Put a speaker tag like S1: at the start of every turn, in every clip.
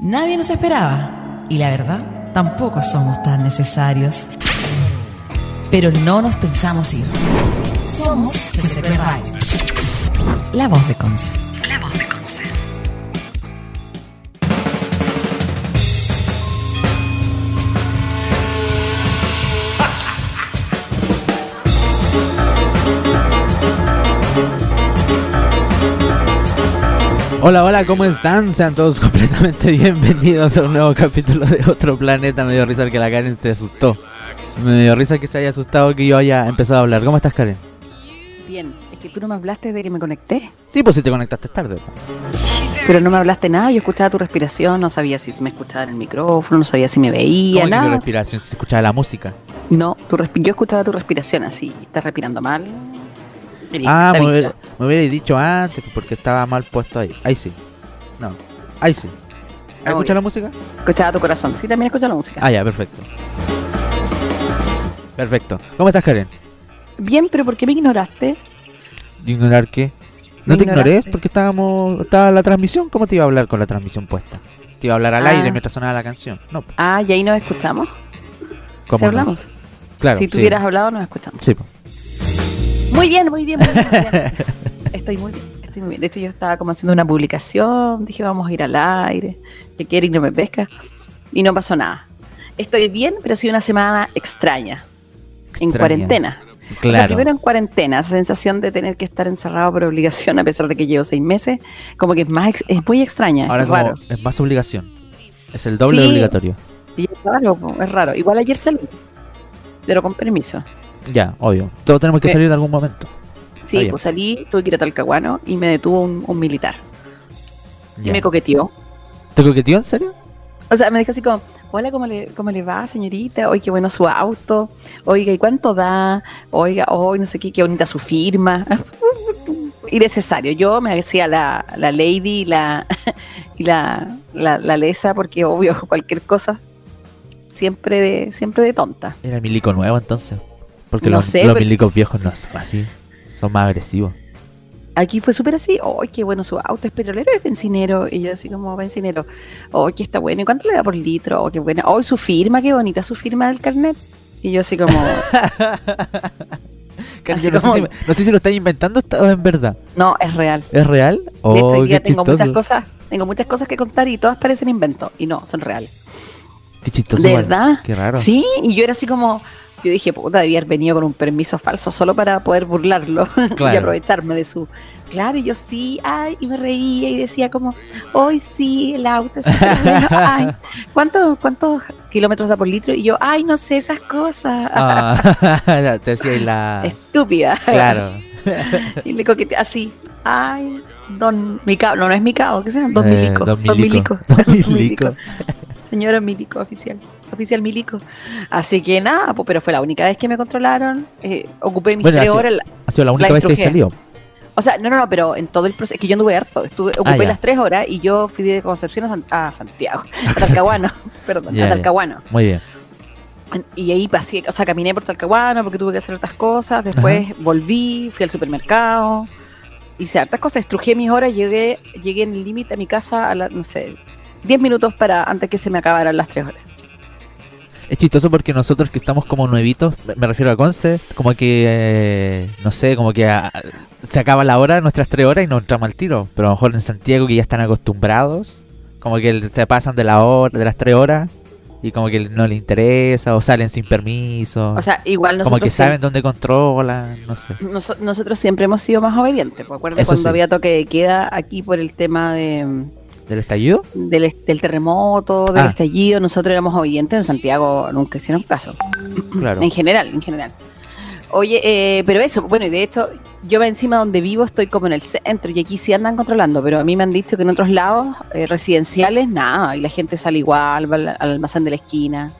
S1: Nadie nos esperaba. Y la verdad, tampoco somos tan necesarios. Pero no nos pensamos ir. Somos CCP Radio. La voz de Conce. La voz de Conce.
S2: Hola, hola, ¿cómo están? Sean todos completamente bienvenidos a un nuevo capítulo de Otro Planeta. Me dio risa que la Karen se asustó. Me dio risa que se haya asustado que yo haya empezado a hablar. ¿Cómo estás, Karen?
S3: Bien, es que tú no me hablaste de que me conecté,
S2: Sí, pues si te conectaste tarde.
S3: pero no me hablaste nada, yo escuchaba tu respiración, no sabía si me escuchaba en el micrófono, no sabía si me veía,
S2: ¿Cómo que mi
S3: nada.
S2: respiración? Si Se escuchaba la música.
S3: No, tu respi- yo escuchaba tu respiración así, estás respirando mal. Y
S2: Ah,
S3: esta
S2: me
S3: bicha.
S2: hubiera, me hubiera dicho antes porque estaba mal puesto ahí. Ahí sí. No, ahí sí.
S3: Ah,
S2: ¿Has escuchado la música?
S3: Escuchaba tu corazón, sí, también escuchaba la música.
S2: Ah, ya, perfecto. Perfecto. ¿Cómo estás, Karen?
S3: Bien, pero ¿por qué me ignoraste?
S2: ¿Ignorar qué? No
S3: Me
S2: te ignoré
S3: ignoraste.
S2: porque estábamos estaba la transmisión. ¿Cómo te iba a hablar con la transmisión puesta? Te iba a hablar al
S3: Ah.
S2: aire mientras sonaba la canción. No, po.
S3: Ah, y ahí nos escuchamos.
S2: ¿cómo
S3: Si
S2: no?
S3: hablamos.
S2: Claro,
S3: si
S2: sí.
S3: tú hubieras hablado, nos escuchamos.
S2: Sí, pues, po.
S3: Muy bien, muy bien, muy bien. muy bien. Estoy muy bien, estoy muy bien. De hecho, yo estaba como haciendo una publicación, dije vamos a ir al aire, que quiere y no me pesca. Y no pasó nada. Estoy bien, pero ha sido una semana extraña. En
S2: Extraña.
S3: cuarentena. O sea,
S2: claro.
S3: primero en cuarentena, esa sensación de tener que estar encerrado por obligación, a pesar de que llevo seis meses, como que es más ex- es muy extraña.
S2: Ahora
S3: es
S2: como
S3: raro.
S2: es más obligación. Es el doble
S3: Sí.
S2: de obligatorio.
S3: Y es raro, po, es raro. Igual ayer salí, pero con permiso.
S2: Ya, obvio. Todos tenemos que
S3: Sí.
S2: salir en algún momento.
S3: Sí,
S2: Ah, ya.
S3: pues salí, tuve que ir a Talcahuano y me detuvo un, un militar. Y
S2: Ya.
S3: me coqueteó.
S2: ¿Te coqueteó en serio?
S3: O sea, me dijo así como, hola, ¿cómo le, cómo le va, señorita? Oye, qué bueno su auto. Oiga, ¿y cuánto da? Oiga, hoy no sé qué, qué bonita su firma. Innecesario. Yo me hacía la, la lady y la, y la, la, la lesa porque, obvio, cualquier cosa siempre de, siempre de tonta.
S2: Era milico nuevo entonces. Porque
S3: No
S2: los,
S3: sé,
S2: los
S3: pero-
S2: milicos viejos no son así. Son más agresivos.
S3: Aquí fue súper así, ¡ay, qué bueno su auto! ¿Es petrolero o es bencinero? Y yo así como, bencinero, ¡ay, qué está bueno! ¿Y cuánto le da por litro? ¡Oh, qué buena! ¡Ay, su firma, qué bonita su firma del carnet! Y yo así como...
S2: Karen,
S3: Así
S2: yo no, sé
S3: como-
S2: si, me- no sé si lo estás inventando o es verdad.
S3: No, es real.
S2: ¿Es real?
S3: De hecho,
S2: Oh,
S3: hoy
S2: qué
S3: día tengo muchas
S2: chistoso.
S3: cosas, tengo muchas cosas que contar y todas parecen invento. Y no, son reales.
S2: Qué chistoso.
S3: ¿De
S2: igual.
S3: verdad?
S2: Qué raro.
S3: Sí, y yo era así como, yo dije, puta, debía haber venido con un permiso falso solo para poder burlarlo y
S2: Claro.
S3: aprovecharme de su. Claro, y yo sí, ay, y me reía y decía como, hoy sí, el auto es súper bueno, ay, ¿cuántos, ¿cuántos kilómetros da por litro? Y yo, ay, no sé esas cosas.
S2: Ah, te decía ahí la...
S3: Estúpida.
S2: Claro.
S3: Y le coqueteé así. Ay, don Micao. No, no es Micao, que sea? Don
S2: Eh,
S3: Milico.
S2: don
S3: don
S2: Milico.
S3: Milico.
S2: Don
S3: Don
S2: Milico.
S3: Milico. Señora Milico, oficial. Oficial Milico. Así que nada, pues, pero fue la única vez que me controlaron. eh, ocupé mis
S2: Bueno,
S3: tres
S2: así-
S3: horas. en la-
S2: Ha sido la única
S3: La
S2: vez que he
S3: estrujé.
S2: salido.
S3: o sea, no, no, no, pero en todo el proceso. Es que yo anduve harto. Estuve, ocupé
S2: Ah, ya.
S3: las tres horas y yo fui de Concepción a, San- a Santiago. A Talcahuano. perdón,
S2: Ya,
S3: a
S2: ya.
S3: Talcahuano.
S2: Muy bien.
S3: Y ahí pasé, o sea, caminé por Talcahuano porque tuve que hacer otras cosas. Después volví, fui al supermercado, hice hartas cosas, estrujé mis horas, llegué, llegué en el límite a mi casa a las, no sé, 10 minutos para antes que se me acabaran las 3 horas.
S2: Es chistoso porque nosotros que estamos como nuevitos, me- me refiero a Conce, como que, eh, no sé, como que ah, se acaba la hora, nuestras tres horas y nos entramos al tiro. Pero a lo mejor en Santiago que ya están acostumbrados, como que el- se pasan de la hora, de las tres horas y como que no les interesa o salen sin permiso.
S3: O sea, igual nosotros,
S2: como que
S3: siem-
S2: saben dónde controlan, no sé.
S3: noso- nosotros siempre hemos sido más obedientes. ¿Me acuerdo
S2: Eso
S3: cuando
S2: sí.
S3: había toque de queda aquí por el tema de,
S2: ¿Del estallido?
S3: del, est- del terremoto, del
S2: Ah.
S3: estallido? Nosotros éramos obedientes en Santiago, nunca hicieron caso.
S2: Claro.
S3: En general, en general. Oye, eh, pero eso, bueno, y de hecho, yo va encima donde vivo estoy como en el centro y aquí sí andan controlando, pero a mí me han dicho que en otros lados eh, residenciales, nada, y la gente sale igual, va al, al almacén de la esquina.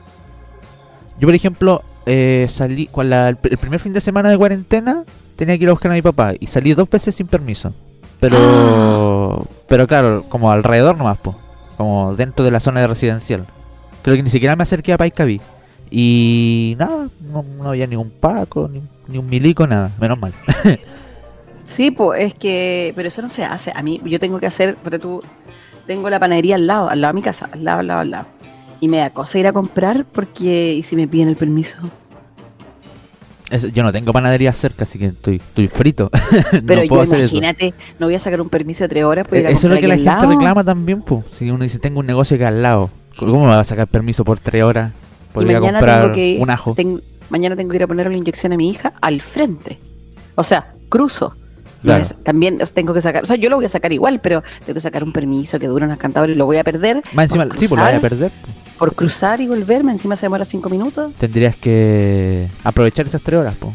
S2: Yo, por ejemplo, eh, salí con la- el pr- el primer fin de semana de cuarentena, tenía que ir a buscar a mi papá y salí dos veces sin permiso.
S3: Ah.
S2: Pero, pero claro, como alrededor nomás, po, como dentro de la zona de residencial. Creo que ni siquiera me acerqué a Paiscaví. Y nada, no, no había ningún paco, ni, ni un milico, nada, menos mal.
S3: Sí, pues es que, pero eso no se hace. A mí, yo tengo que hacer, porque tú, Tengo la panadería al lado, al lado de mi casa, al lado, al lado, al lado. Y me da cosa ir a comprar porque, ¿y si me piden el permiso?
S2: Es- yo no tengo panadería cerca, así que estoy, estoy frito.
S3: Pero
S2: no puedo
S3: yo
S2: hacer eso.
S3: imagínate, no voy a sacar un permiso de tres horas para
S2: Eh,
S3: Pues ir a
S2: Eso es lo
S3: comprar
S2: que la
S3: aquí
S2: gente
S3: al lado.
S2: reclama también, pues. Si uno dice, tengo un negocio que al lado, ¿cómo me va a sacar permiso por tres horas? Podría
S3: mañana
S2: comprar
S3: tengo que-
S2: un ajo.
S3: Ten- mañana tengo que ir a poner la inyección a mi hija al frente. O sea, cruzo. No
S2: Claro.
S3: es- También os tengo que sacar, o sea, yo lo voy a sacar igual, pero tengo que sacar un permiso que dura unas cantadoras y lo voy a perder
S2: Más encima,
S3: por
S2: sí, pues lo voy a
S3: cruzar.
S2: perder. po.
S3: por cruzar y volverme. Encima se demora cinco minutos.
S2: Tendrías que aprovechar esas tres horas, pues.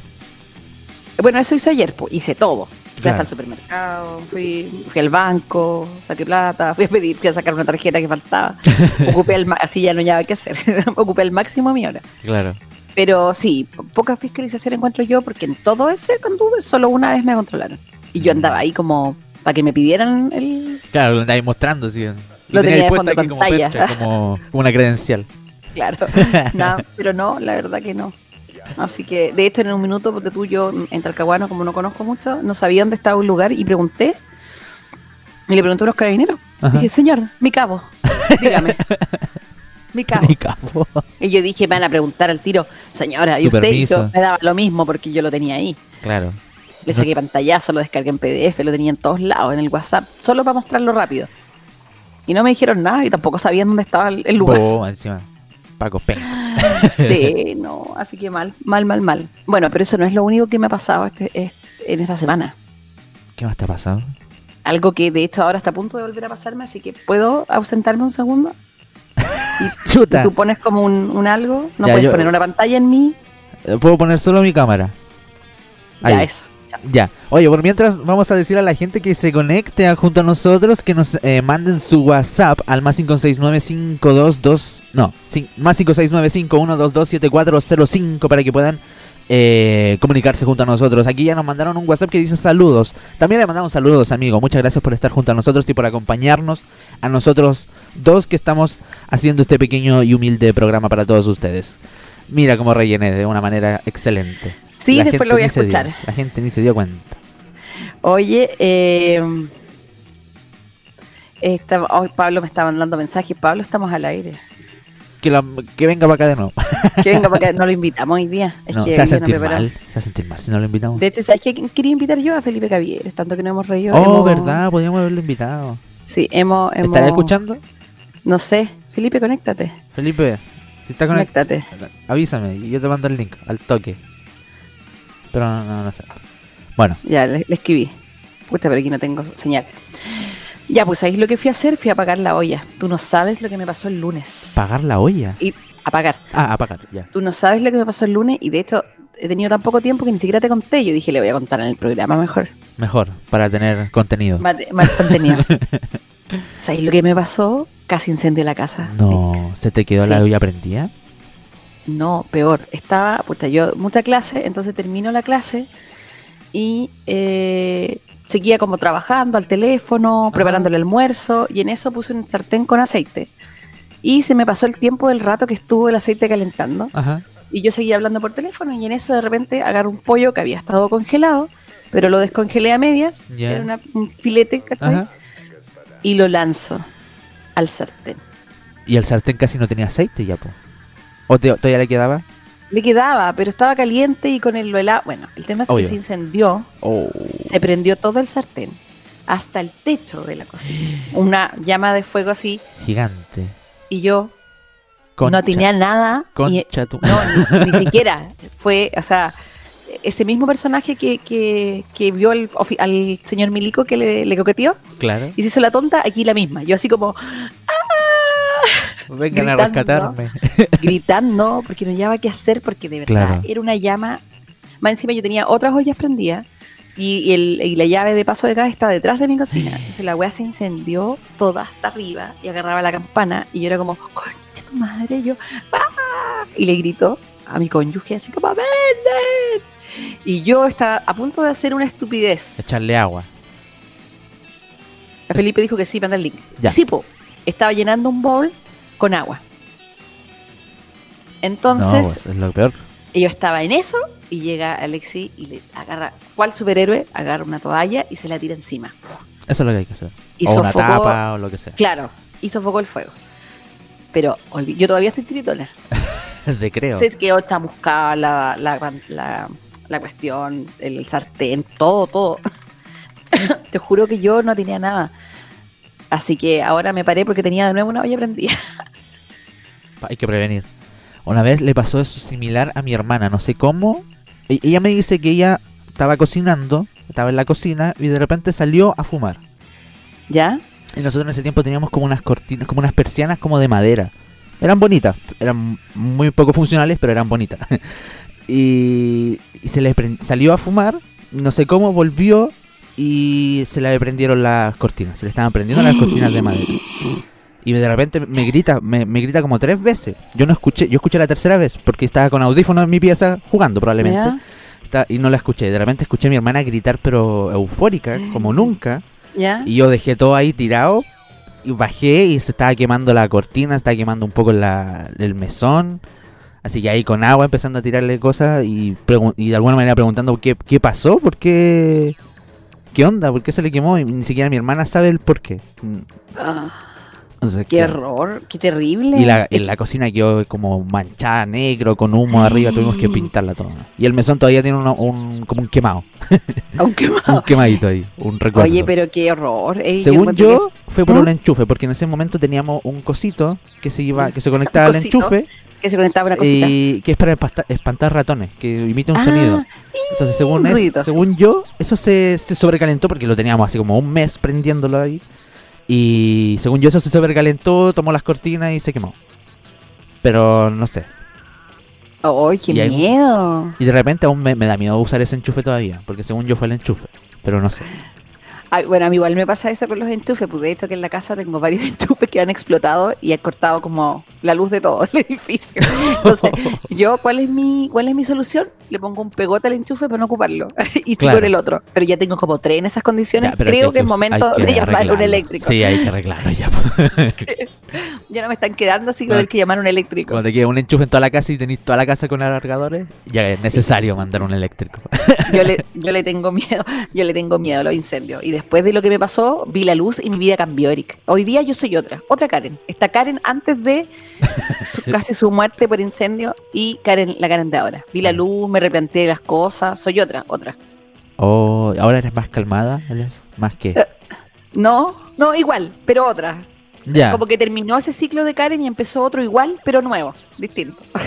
S3: Bueno, eso hice ayer, po. hice todo. Fui
S2: Claro.
S3: hasta el supermercado, fui, fui al banco, saqué plata, fui a pedir, fui a sacar una tarjeta que faltaba. Ocupé el, ma- así ya no llevaba qué hacer, ocupé el máximo mi hora.
S2: Claro.
S3: Pero sí, po- poca fiscalización encuentro yo porque en todo ese conduve solo una vez me controlaron. Y
S2: Mm.
S3: yo andaba ahí como para que me pidieran el...
S2: Claro, lo andáis mostrando, sí.
S3: Lo
S2: Lo, teníais
S3: tenía de
S2: puesto
S3: fondo
S2: aquí como,
S3: pantalla.
S2: percha, como como una credencial.
S3: Claro, nada, pero no, la verdad que no. Así que, de hecho, en un minuto, porque tú, yo en Talcahuano, como no conozco mucho, no sabía dónde estaba un lugar y pregunté. Y le pregunté a unos carabineros.
S2: Ajá.
S3: Dije, señor, mi cabo, dígame. Mi cabo.
S2: Mi capo.
S3: Y yo dije, me van a preguntar al tiro, señora, y
S2: Su
S3: usted Y yo
S2: permiso.
S3: me daba lo mismo porque yo lo tenía ahí.
S2: Claro.
S3: Le saqué pantallazo, lo descargué en PDF, lo tenía en todos lados, en el WhatsApp, solo para mostrarlo rápido. Y no me dijeron nada y tampoco sabían dónde estaba el el lugar.
S2: Bo, encima. Paco Pen.
S3: Sí, no, así que mal, mal, mal, mal. Bueno, pero eso no es lo único que me ha pasado este, es- en esta semana.
S2: ¿Qué más está pasando?
S3: Algo que de hecho ahora está a punto de volver a pasarme, así que ¿puedo ausentarme un segundo? Y
S2: Chuta.
S3: tú pones como un, un algo, no
S2: Ya,
S3: puedes
S2: yo-
S3: poner una pantalla en mí,
S2: Eh, Puedo poner solo mi cámara.
S3: ya
S2: Ahí.
S3: eso. chao.
S2: Ya. Oye, por mientras vamos a decir a la gente que se conecte a- junto a nosotros, que nos eh, manden su WhatsApp al más 569-522... No, cin- más 569-5122-7405 para que puedan eh, comunicarse junto a nosotros. Aquí ya nos mandaron un WhatsApp que dice saludos. También le mandamos saludos, amigo. Muchas gracias por estar junto a nosotros y por acompañarnos a nosotros dos que estamos haciendo este pequeño y humilde programa para todos ustedes. Mira cómo rellené de una manera excelente.
S3: Sí,
S2: La
S3: después
S2: gente
S3: lo voy a
S2: ni se dio-
S3: escuchar.
S2: la gente ni se dio cuenta.
S3: Oye, eh, esta- hoy Pablo me estaba mandando mensajes, Pablo, estamos al aire.
S2: Que, la- que venga para acá de nuevo.
S3: Que venga para acá, no lo invitamos hoy día. Es
S2: No,
S3: que
S2: se va
S3: hoy día
S2: a
S3: no
S2: sentir
S3: preparó.
S2: mal. Se va a sentir mal si no lo invitamos.
S3: De hecho, ¿sabes qué quería invitar yo a Felipe Cavieres? Tanto que no hemos reído.
S2: oh,
S3: hemos-
S2: verdad, podríamos haberlo invitado.
S3: Sí, hemos... hemos
S2: ¿Estará escuchando?
S3: No sé. Felipe, conéctate.
S2: Felipe, si está conectado,
S3: Conéctate.
S2: avísame y yo te mando el link al toque. Pero no, no, no sé. Bueno,
S3: Ya, le, le escribí. Puta, pero aquí no tengo señal. Ya, pues ahí lo que fui a hacer, fui a apagar la olla. Tú no sabes lo que me pasó el lunes.
S2: pagar la olla.
S3: Y apagar.
S2: Ah, apagar, ya.
S3: Tú no sabes lo que me pasó el lunes y de hecho he tenido tan poco tiempo que ni siquiera te conté. Yo dije, le voy a contar en el programa mejor.
S2: Mejor, para tener contenido.
S3: Más, más contenido. ¿Sabes lo que me pasó? Casi incendio la casa.
S2: No, ¿se te quedó la
S3: Sí.
S2: olla prendida?
S3: No, peor. Estaba, puta, yo mucha clase, entonces termino la clase y eh, seguía como trabajando al teléfono, preparando el almuerzo y en eso puse un sartén con aceite. Y se me pasó el tiempo del rato que estuvo el aceite calentando
S2: Ajá.
S3: y yo seguía hablando por teléfono y en eso de repente agarré un pollo que había estado congelado, pero lo descongelé a medias,
S2: Ya.
S3: era una- un filete, ¿cachai?
S2: Ajá.
S3: Y lo lanzo al sartén.
S2: Y el sartén casi no tenía aceite ya, po. ¿O te- todavía le quedaba?
S3: Le quedaba, pero estaba caliente y con el lo helado. Bueno, el tema es
S2: Obvio.
S3: que se incendió,
S2: Oh.
S3: se prendió todo el sartén hasta el techo de la cocina. Una llama de fuego así
S2: Gigante.
S3: y yo
S2: Concha-
S3: no tenía nada. y-
S2: Concha tu-
S3: no, ni, ni siquiera. Fue, o sea, ese mismo personaje que, que, que vio al, ofi- al señor Milico que le, le coqueteó
S2: Claro.
S3: y se hizo la tonta, aquí la misma. Yo así como
S2: Vengan a
S3: gritando.
S2: rescatarme.
S3: gritando porque no llevaba qué hacer porque de verdad
S2: Claro.
S3: era una llama. Más encima yo tenía otras ollas prendidas y, y el- y la llave de paso de gas está detrás de mi cocina. Entonces la weá se incendió toda hasta arriba y agarraba la campana y yo era como, concha tu madre, y yo, "¡Ah!", y le gritó a mi cónyuge así como, venden. Y yo estaba a punto de hacer una estupidez.
S2: Echarle agua.
S3: A Felipe dijo que sí, manda el link.
S2: Ya.
S3: Sí, po. Estaba llenando un bowl con agua.
S2: no,
S3: Entonces,
S2: pues, es lo peor.
S3: Y yo estaba en eso y llega Alexi y le agarra, ¿cuál superhéroe? Agarra una toalla y se la tira encima.
S2: Eso es lo que hay que hacer.
S3: Y
S2: o una
S3: sofocó-
S2: tapa o lo que sea.
S3: Claro, y sofocó el fuego. Pero olvi- yo todavía estoy tiritona.
S2: De creo.
S3: Se quedó chamuscada la, la, gran- la, la cuestión, el sartén, todo, todo. Te juro que yo no tenía nada. Así que ahora me paré porque tenía de nuevo una olla prendida.
S2: Hay que prevenir. Una vez le pasó eso similar a mi hermana, no sé cómo. E- Ella me dice que ella estaba cocinando, estaba en la cocina y de repente salió a fumar.
S3: ¿Ya?
S2: Y nosotros en ese tiempo teníamos como unas cortinas, como unas persianas como de madera. Eran bonitas, eran muy poco funcionales, pero eran bonitas. y, y se le pren- salió a fumar, no sé cómo, volvió y se le prendieron las cortinas. Se le estaban prendiendo las cortinas de madera. Y de repente me grita, me, me grita como tres veces. Yo no escuché, yo escuché la tercera vez porque estaba con audífonos en mi pieza jugando probablemente.
S3: ¿Ya?
S2: Está- y no la escuché. De repente escuché a mi hermana gritar pero eufórica, como nunca.
S3: ¿Ya?
S2: Y yo dejé todo ahí tirado. Y bajé y se estaba quemando la cortina, estaba quemando un poco la- el mesón. Así que ahí con agua empezando a tirarle cosas y, pregun- y de alguna manera preguntando qué, qué pasó, por qué... ¿Qué onda? ¿Por qué se le quemó? Y ni siquiera mi hermana sabe el por qué. Mm,
S3: Ah,
S2: o sea,
S3: qué
S2: que-
S3: error, qué terrible.
S2: y la, y la cocina quedó como manchada negro, con humo arriba, tuvimos que pintarla toda. Y el mesón todavía tiene uno- un, como un quemado,
S3: Aunque
S2: un quemadito ahí, un recuerdo.
S3: Oye, pero qué horror. eh,
S2: Según
S3: encuentro
S2: yo, fue por
S3: ¿Mm?
S2: un enchufe, porque en ese momento teníamos un cosito que se iba, que se conectaba al
S3: Mm. cosito,
S2: enchufe
S3: que, que se conectaba una cosita.
S2: y que es para espasta- espantar ratones, que imita un
S3: Ah,
S2: sonido. Entonces, según es-
S3: ruido, sí.
S2: según yo, eso se, se sobrecalentó porque lo teníamos así como un mes prendiéndolo ahí. Y según yo, eso se sobrecalentó, tomó las cortinas y se quemó. Pero no sé.
S3: ¡Ay, qué
S2: y hay-
S3: miedo!
S2: Y de repente aún me, me da miedo usar ese enchufe todavía, porque según yo fue el enchufe. Pero no sé.
S3: Ay, bueno, a mí igual me pasa eso con los enchufes, pues de hecho que en la casa tengo varios enchufes que han explotado y han cortado como la luz de todo el edificio. Entonces, yo, ¿cuál es mi cuál es mi solución? Le pongo un pegote al enchufe para no ocuparlo y sigo
S2: Claro.
S3: con el otro. Pero ya tengo como tres en esas condiciones,
S2: Ya, pero hay
S3: creo que es
S2: us-
S3: momento
S2: hay que
S3: de llamar a un
S2: arreglarlo.
S3: eléctrico.
S2: Sí, hay que arreglarlo ya.
S3: Ya no me están quedando, así que
S2: No.
S3: voy a tener que llamar a un eléctrico.
S2: Cuando te queda un enchufe en toda la casa y tenéis toda la casa con alargadores, ya es
S3: Sí.
S2: necesario mandar un eléctrico.
S3: Yo le, yo le tengo miedo, yo le tengo miedo a los incendios. Y después de lo que me pasó, vi la luz y mi vida cambió, Eric. Hoy día yo soy otra, otra Karen. Está Karen antes de su- casi su muerte por incendio y Karen, la Karen de ahora. Vi la luz, me replanteé las cosas, soy otra, otra.
S2: Oh, ahora eres más calmada, Elias? Más que.
S3: No, no, igual, pero otra.
S2: Ya.
S3: Como que terminó ese ciclo de Karen y empezó otro igual, pero nuevo, distinto.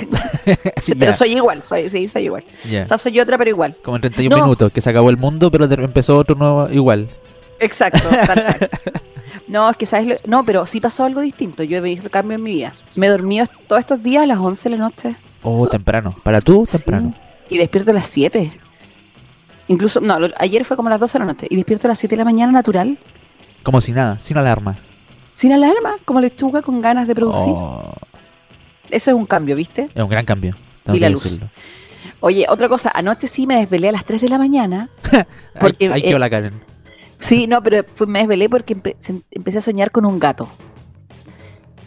S2: ya,
S3: Pero soy igual, soy, sí, soy igual.
S2: ya.
S3: O sea, soy otra, pero igual.
S2: Como en 31
S3: No.
S2: minutos, que se acabó el mundo, pero de- empezó otro nuevo igual.
S3: Exacto. tal cual. No, es que sabes, lo- no, pero sí pasó algo distinto. Yo he visto cambio en mi vida. Me dormí est- todos estos días a las 11 de la noche
S2: Oh, temprano. Para tú,
S3: Sí.
S2: temprano.
S3: y despierto a las 7. Incluso, no, lo- ayer fue como a las 12 de la noche y despierto a las 7 de la mañana natural,
S2: Como si nada, sin alarma.
S3: sin alarma, como lechuga, con ganas de producir.
S2: Oh,
S3: Eso es un cambio, ¿viste?
S2: es un gran cambio. tengo
S3: Y
S2: que
S3: la luz.
S2: decirlo.
S3: Oye, otra cosa, anoche sí me desvelé a las 3 de la mañana.
S2: Ahí-
S3: Porque,
S2: Ahí
S3: eh,
S2: quedó la Karen.
S3: Sí, no, pero fue- me desvelé porque empe- se- em, empecé a soñar con un gato.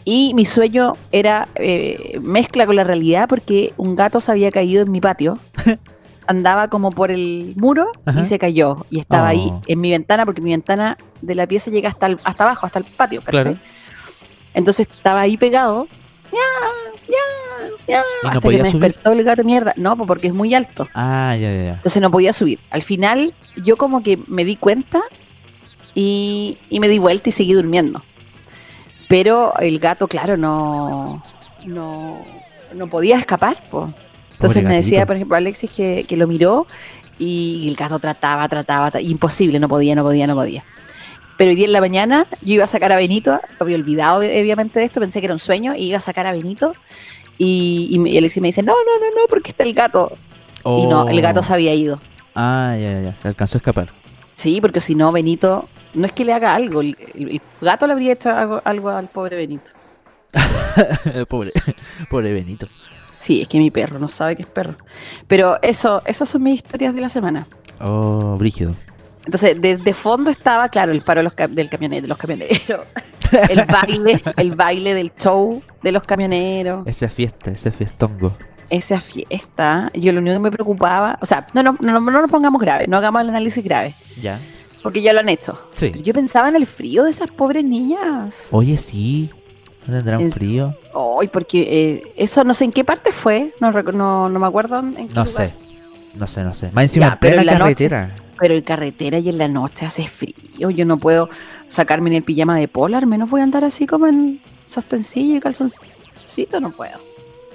S3: Y mi sueño era eh, mezcla con la realidad porque un gato se había caído en mi patio. Andaba como por el muro
S2: Ajá.
S3: y se cayó. Y estaba ahí
S2: Oh.
S3: en mi ventana porque mi ventana de la pieza llega hasta, el- hasta abajo, hasta el patio. ¿cachai?
S2: Claro.
S3: Entonces estaba ahí pegado. ¡Ya! ¡Ya! ¡Ya!
S2: ¿Y no
S3: hasta
S2: podía
S3: que me
S2: subir?
S3: despertó el gato mierda. No, pues, porque es muy alto.
S2: Ah, ya, ya, ya.
S3: Entonces no podía subir. Al final yo como que me di cuenta y, y me di vuelta y seguí durmiendo. Pero el gato, claro, no, no, no podía escapar. po. Entonces
S2: Pobre
S3: me decía,
S2: gatito.
S3: por ejemplo, Alexis que, que lo miró y el gato trataba, trataba, tra- imposible, no podía, no podía, no podía. Pero hoy día en la mañana yo iba a sacar a Benito, había olvidado eh, obviamente de esto, pensé que era un sueño, y iba a sacar a Benito y, y, me- y Alexis me dice, no, no, no, no, porque está el gato. Y no, el gato
S2: Oh.
S3: se había ido.
S2: Ah, ya, ya, ya. Se alcanzó a escapar.
S3: Sí, porque si no, Benito, no es que le haga algo, el, el- el gato le habría hecho algo, algo al pobre Benito.
S2: pobre, pobre Benito.
S3: Sí, es que mi perro no sabe que es perro. Pero eso, esas son mis historias de la semana.
S2: Oh, brígido.
S3: Entonces, de, de fondo estaba, claro, el paro de los ca- del camionero, de los camioneros, el baile, el baile del show de los camioneros,
S2: Esa fiesta, ese fiestongo.
S3: esa fiesta. Yo lo único que me preocupaba, o sea, no, no, no, no nos pongamos graves, no hagamos el análisis grave.
S2: Ya.
S3: Porque ya lo han hecho.
S2: Sí.
S3: Pero yo pensaba en el frío de esas pobres niñas.
S2: Oye, sí. ¿No tendrán
S3: Es-
S2: frío?
S3: Ay, porque eh, eso no sé en qué parte fue, no, recu- no, no me acuerdo. en qué
S2: No
S3: lugar.
S2: sé. No sé, no sé. Más encima,
S3: Ya,
S2: en
S3: pero en
S2: plena
S3: la noche-
S2: carretera.
S3: Pero en carretera y en la noche hace frío. Yo no puedo sacarme ni el pijama de polar, menos voy a andar así como en sostencillo y calzoncito, no puedo.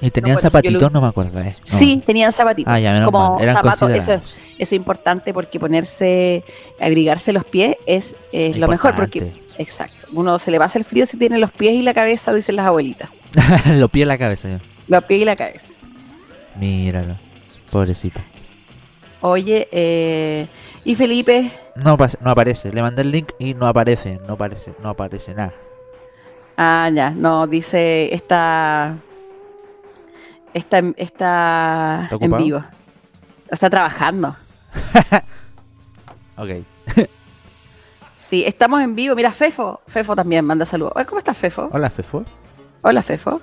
S2: Y tenían
S3: pues, yo lo-
S2: zapatitos, no me acuerdo, ¿eh? No.
S3: Sí, tenían zapatitos.
S2: Ah, ya, menos
S3: como
S2: mal. Eran
S3: zapatos, eso, eso
S2: considerados.
S3: es importante porque ponerse, agregarse los pies es, es lo mejor. porque
S2: Importante.
S3: Exacto. Uno se le pasa el frío si tiene los pies y la cabeza, dicen las abuelitas.
S2: lo pide en la cabeza. yo.
S3: Los pies y la cabeza.
S2: Míralo. Pobrecito.
S3: Oye, eh, y Felipe,
S2: No, pas- no aparece. Le mandé el link y no aparece. No aparece. No aparece nada.
S3: ah, ya, no, dice, está, está, en- está
S2: ¿Está
S3: en
S2: ocupado?
S3: vivo. Está trabajando.
S2: Ok.
S3: Sí, estamos en vivo. Mira, Fefo, Fefo también manda saludos. Oye, ¿Cómo estás, Fefo?
S2: Hola, Fefo.
S3: Hola, Fefo.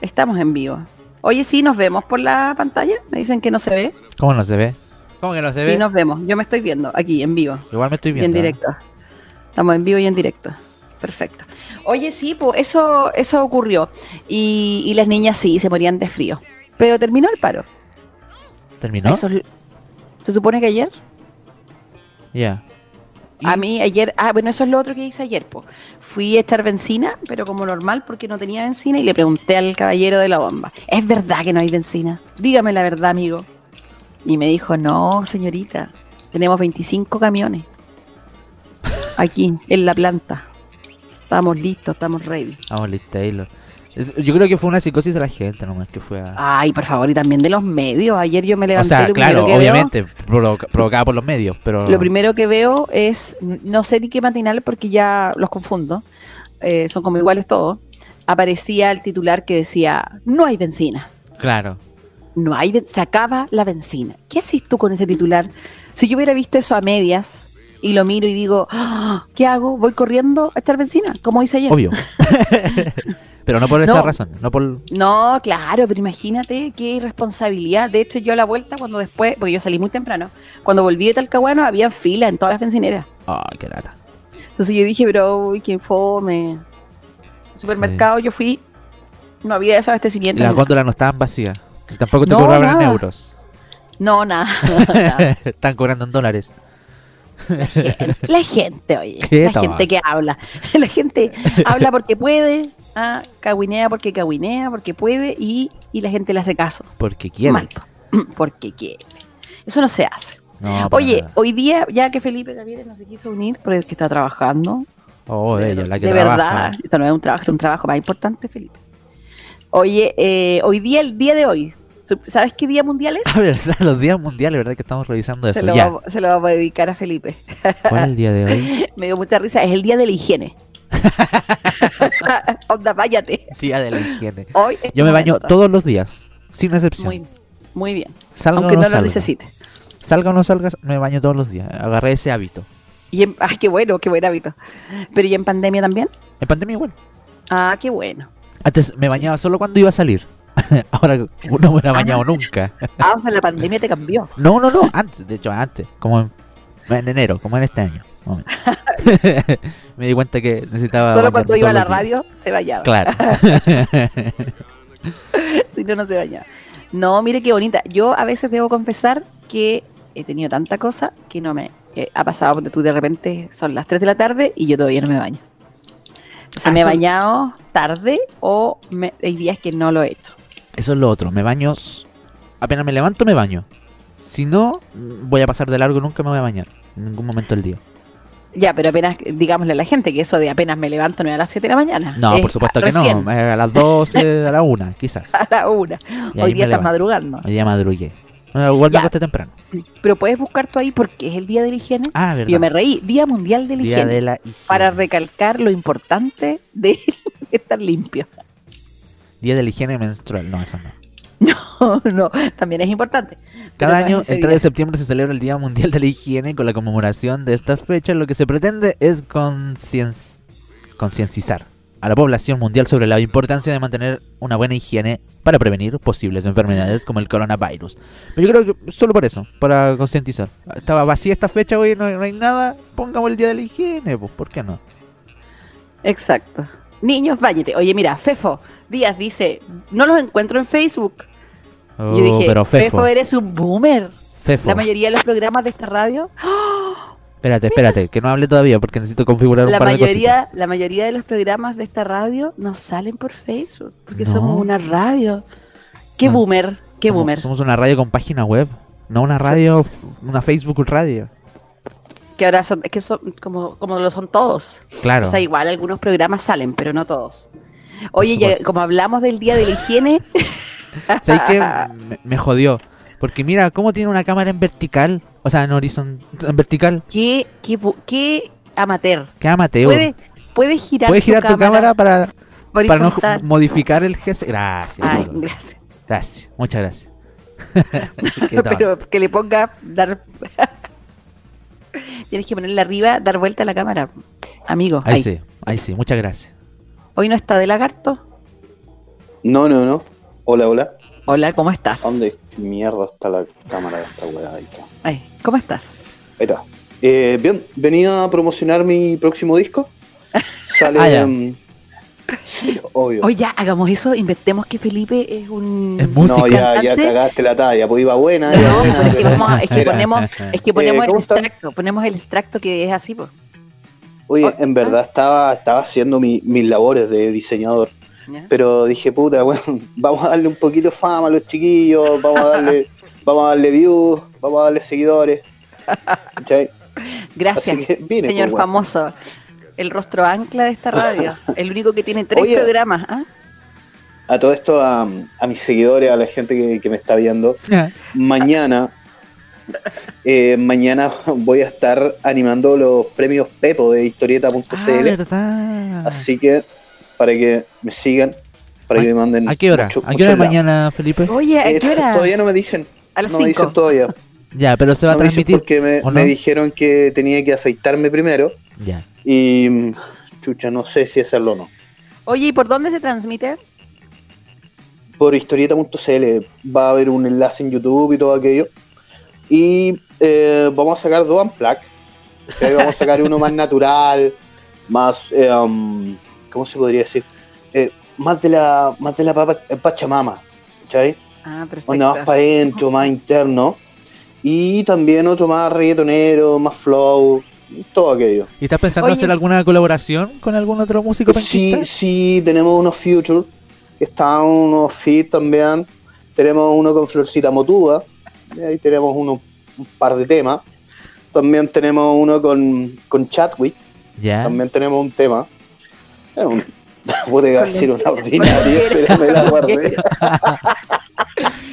S3: Estamos en vivo. Oye, sí, nos vemos por la pantalla. Me dicen que no se ve.
S2: ¿Cómo no se ve? ¿Cómo que no se ve?
S3: Sí, nos vemos. Yo me estoy viendo aquí, en vivo.
S2: Igual me
S3: Y
S2: estoy
S3: en
S2: viendo. ¿eh?
S3: directo. Estamos en vivo y en directo. Perfecto. Oye, sí, pues eso, eso ocurrió. Y, y las niñas sí, se morían de frío. Pero terminó el paro.
S2: ¿Terminó?
S3: Eso es lo- se supone que ayer.
S2: Ya.
S3: A mí ayer, ah, bueno, eso es lo otro que hice ayer. Po. Fui a echar benzina, pero como normal, porque no tenía benzina, y le pregunté al caballero de la bomba, ¿es verdad que no hay benzina? Dígame la verdad, amigo. Y me dijo, no, señorita, tenemos 25 camiones aquí, en la planta. Estamos listos, estamos ready.
S2: Vamos, Liz Ah, Taylor. Es- yo creo que fue una psicosis de la gente nomás que fue a...
S3: Ay, por favor, y también de los medios. Ayer yo me
S2: Ah. o
S3: levanté.
S2: sea,
S3: lo primero que
S2: claro,
S3: veo-
S2: obviamente, provoca- provocada por los medios, pero...
S3: Lo primero que veo es, no sé ni qué matinal porque ya los confundo, eh, son como iguales todos, aparecía el titular que decía, no hay benzina,
S2: Claro.
S3: no hay, ben- se acaba la benzina. ¿Qué haces tú con ese titular? Si yo hubiera visto eso a medias y lo miro y digo, "Ah, ¿qué hago? ¿Voy corriendo a echar benzina? Como hice ayer.
S2: Obvio. pero no por esa
S3: No.
S2: razón, no por...
S3: No, claro, pero imagínate qué irresponsabilidad. De hecho, yo a la vuelta, cuando después, porque yo salí muy temprano, cuando volví de Talcahuano, había fila en todas las bencineras.
S2: Ah, qué lata.
S3: Entonces yo dije, bro, uy, qué fome. Al Supermercado yo fui, no había desabastecimiento.
S2: Las
S3: nunca.
S2: góndolas no estaban vacías. Y Tampoco te
S3: No,
S2: cobraban en
S3: nada.
S2: euros.
S3: No, nada. nada.
S2: Están cobrando en dólares.
S3: la gente, oye.
S2: Qué
S3: La
S2: tabaco.
S3: gente que habla. La gente habla porque puede, ah, caguinea porque caguinea, porque puede y, y la gente le hace caso.
S2: Porque quieren.
S3: Mal, porque quiere. Eso no se hace.
S2: No, para
S3: Oye,
S2: nada.
S3: hoy día, ya que Felipe Gaviria no se quiso unir, porque es que está trabajando,
S2: Oh,
S3: De-
S2: ella, la que
S3: de
S2: trabaja.
S3: verdad, esto no es un trabajo, es un trabajo más importante, Felipe. Oye, eh, hoy día, el día de hoy, ¿tú ¿sabes qué día mundial es?
S2: Ah, verdad, los días mundiales, verdad que estamos revisando
S3: Se
S2: eso.
S3: lo,
S2: Ya.
S3: vamos- se lo vamos a dedicar a Felipe.
S2: ¿Cuál es el día de hoy?
S3: Me dio mucha risa, es el día de la higiene. Onda, váyate.
S2: día de la higiene.
S3: Hoy es
S2: Yo
S3: tu
S2: me baño
S3: momento.
S2: todos los días, sin excepción.
S3: Muy, muy bien,
S2: Salga
S3: aunque
S2: o
S3: no,
S2: no,
S3: lo
S2: salga.
S3: necesite.
S2: Salga o no salga, me baño todos los días. Agarré ese hábito.
S3: Y en- ay, qué bueno, qué buen hábito. Pero ¿y en pandemia también?
S2: En pandemia igual.
S3: Ah, qué bueno.
S2: Antes me bañaba solo cuando iba a salir. Ahora no me hubiera bañado nunca.
S3: Ah, o sea, la pandemia te cambió.
S2: No, no, no. Antes, de hecho, antes. Como en, en enero, como en este año. más o menos. me di cuenta que necesitaba.
S3: Solo
S2: bañarme
S3: cuando iba a
S2: todos
S3: la
S2: los días.
S3: radio se bañaba.
S2: Claro.
S3: si no, no se baña. No, mire qué bonita. Yo a veces debo confesar que he tenido tanta cosa que no me eh, ha pasado. Porque tú de repente son las 3 de la tarde y yo todavía no me baño. Se
S2: Ah,
S3: me he
S2: eso-
S3: bañado tarde o me- hay días que no lo he hecho.
S2: Eso es lo otro. Me baño. s- Apenas me levanto, me baño. Si no, mm, voy a pasar de largo. Nunca me voy a bañar. En ningún momento del día.
S3: Ya, pero apenas, digámosle a la gente que eso de apenas me levanto no es a las 7 de la mañana.
S2: No,
S3: Es
S2: por supuesto que
S3: recién,
S2: no. eh, A las 12, a la 1, quizás.
S3: A la una.
S2: Y
S3: Hoy
S2: ahí
S3: día
S2: me
S3: estás
S2: levanto.
S3: madrugando.
S2: Hoy día madrugué. Bueno, igual me
S3: Ya.
S2: acosté temprano.
S3: Pero puedes buscar tú ahí porque es el día de la higiene.
S2: Ah, verdad.
S3: Yo me reí. Día mundial de la
S2: Día
S3: higiene.
S2: de la higiene.
S3: para recalcar lo importante de estar limpio.
S2: Día de la higiene menstrual. No, eso no.
S3: No, Oh, no, también es importante. Pero no
S2: Cada
S3: es
S2: año,
S3: ese
S2: el 3
S3: día.
S2: de septiembre, se celebra el Día Mundial de la Higiene con la conmemoración de esta fecha. Lo que se pretende es concienciar a la población mundial sobre la importancia de mantener una buena higiene para prevenir posibles enfermedades como el coronavirus. Pero yo creo que solo por eso, para concientizar. Estaba vacía esta fecha, hoy no, no hay nada, pongamos el día de la higiene, pues, ¿por qué no?
S3: Exacto. Niños, váyate. Oye, mira, Fefo Díaz dice, no los encuentro en Facebook.
S2: Oh,
S3: Yo dije,
S2: pero Fefo,
S3: Fefo, eres un boomer.
S2: Fefo.
S3: La mayoría de los programas de esta radio,
S2: Espérate, espérate, que no hable todavía porque necesito configurar
S3: la
S2: un par de cositas.
S3: mayoría, la mayoría de los programas de esta radio no salen por Facebook, porque
S2: No.
S3: somos una radio. Qué
S2: Ah.
S3: boomer, qué
S2: Somos-
S3: boomer.
S2: Somos una radio con página web, no una radio, f- una Facebook radio.
S3: Que ahora son, es que son como, como lo son todos.
S2: Claro.
S3: O sea, igual algunos programas salen, pero no todos. Oye, ya-
S2: supuesto.
S3: como hablamos del día de la higiene,
S2: ¿Sabes qué? Me, me jodió. Porque mira, ¿cómo tiene una cámara en vertical? O sea, en horizontal, en vertical.
S3: qué, qué, bu- qué amateur.
S2: Queda amateur.
S3: Puedes puede girar,
S2: Puedes girar tu cámara para, para no
S3: horizontal.
S2: modificar el gesto. Gracias.
S3: Ay,
S2: Lolo.
S3: gracias.
S2: Gracias. Muchas gracias. Qué tal.
S3: Pero que le ponga dar. Tienes que ponerle arriba, dar vuelta a la cámara. Amigo,
S2: Ahí
S3: ahí.
S2: sí, ahí sí. Muchas gracias.
S3: hoy no está de lagarto.
S4: No, no, no. Hola, hola.
S3: Hola, ¿cómo estás?
S4: ¿Dónde mierda está la cámara de esta weá? Ahí está. Ahí
S3: Ay, ¿Cómo estás?
S4: está. Eh, bien, venía a promocionar mi próximo disco. Sale.
S2: Ah, ya.
S4: mm, sí, obvio.
S3: Oye, ya, hagamos eso, inventemos que Felipe es un.
S2: Es músico.
S4: no, ya, ya
S3: cantante.
S4: cagaste la talla, pues iba buena. iba
S3: No,
S4: buena,
S3: pero es que
S4: pero-
S3: vamos a- es que
S4: Mira,
S3: ponemos,
S2: Ah,
S3: es que ponemos el
S4: Eh, ¿cómo están?
S3: extracto, ponemos el extracto que es así, pues.
S4: Oye, en verdad estaba, estaba haciendo mi- mis labores de diseñador.
S3: ¿ya?
S4: pero dije, puta, bueno, vamos a darle un poquito de fama a los chiquillos, vamos a darle, vamos a darle views, vamos a darle seguidores. ¿Cachai?
S3: Gracias,
S4: Así que vine,
S3: señor
S4: pues, weón.
S3: famoso. El rostro ancla de esta radio, el único que tiene tres
S4: Oye.
S3: programas. ¿ah?
S4: A todo esto, a, a mis seguidores, a la gente que, que me está viendo, mañana, eh, mañana voy a estar animando los premios Pepo de
S2: Ah,
S4: historieta.cl,
S2: verdad.
S4: así que para que me sigan, para que me manden...
S2: ¿A qué hora?
S4: mucho-
S2: ¿A qué hora de
S4: muchos lados.
S2: mañana, Felipe?
S3: Oye, ¿a
S4: Eh,
S3: qué hora?
S4: Todavía no me dicen,
S3: A las
S4: no me dicen
S3: 5.
S4: todavía.
S2: Ya, pero se va a
S4: No me dicen
S2: transmitir.
S4: porque me,
S2: ¿o
S4: me
S2: no?
S4: dijeron que tenía que afeitarme primero
S2: Ya.
S4: y mm, chucha, no sé si hacerlo o no.
S3: Oye, ¿y por dónde se transmite?
S4: Por historieta.cl va a haber un enlace en YouTube y todo aquello. Y eh, vamos a sacar dos Unplugged. ¿ok? Vamos a sacar uno más natural, más, eh, um, ¿cómo se podría decir? Eh, más de la más de la papa- eh, Pachamama, ¿cachai?
S3: Ah,
S4: Onda más
S3: perfecto.
S4: para adentro, más interno. Y también otro más reggaetonero, más flow, todo aquello.
S2: ¿Y estás pensando
S3: Oye.
S2: hacer alguna colaboración con algún otro músico
S4: Sí,
S2: penquista?
S4: sí, tenemos unos Future, están unos Fit también, tenemos uno con Florcita Motúa, y ahí tenemos uno, un par de temas, también tenemos uno con, con Chadwick,
S2: Ya.
S4: también tenemos un tema. Es un, pude
S3: Con
S4: decir
S3: los-
S4: una ordinaria,
S3: con los-
S4: pero me la guardé.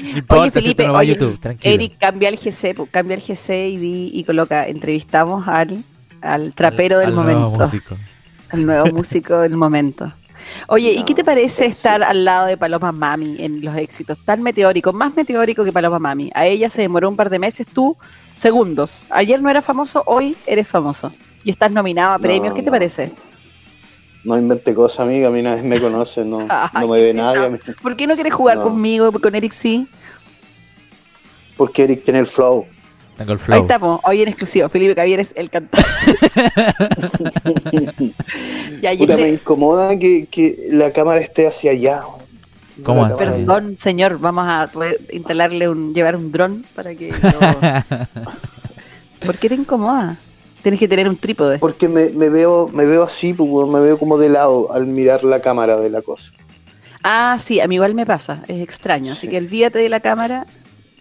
S2: No importa, si
S3: Felipe,
S2: esto no va a
S3: oye,
S2: YouTube, tranquilo.
S3: Eric, cambia el GC, pues, cambia el GC y, di- y coloca, entrevistamos al, al trapero del
S2: Al nuevo
S3: momento.
S2: músico.
S3: El nuevo músico del momento. Oye, ¿y qué te
S4: No, pues
S3: parece
S4: sí.
S3: estar al lado de Paloma Mami en los éxitos? Tan meteórico, más meteórico que Paloma Mami. A ella se demoró un par de meses, tú segundos. Ayer no era famoso, hoy eres famoso. Y estás nominado a
S4: No,
S3: premios, ¿qué te
S4: no.
S3: parece?
S4: No invente cosas, amiga, a mí nadie me conoce, no, no me ve nadie. a mí-
S3: ¿Por qué no quieres jugar
S4: No.
S3: conmigo, con Eric sí?
S4: Porque Eric tiene el flow.
S2: Tengo el
S3: Ahí
S2: flow.
S3: estamos, hoy en exclusivo. Felipe Javier es el cantante. y ayer
S4: Puta, me incomoda que, que la cámara esté hacia allá.
S2: ¿Cómo
S4: La
S2: así?
S4: cámara-
S3: Perdón, señor, vamos a poder instalarle un, llevar un dron para que no- ¿Por qué te incomoda? Tienes que tener un trípode.
S4: Porque me, me veo me veo así, pues, weón, me veo como de lado al mirar la cámara de la cosa.
S3: Ah, sí, a mí igual me pasa, es extraño. Así que olvídate de la cámara.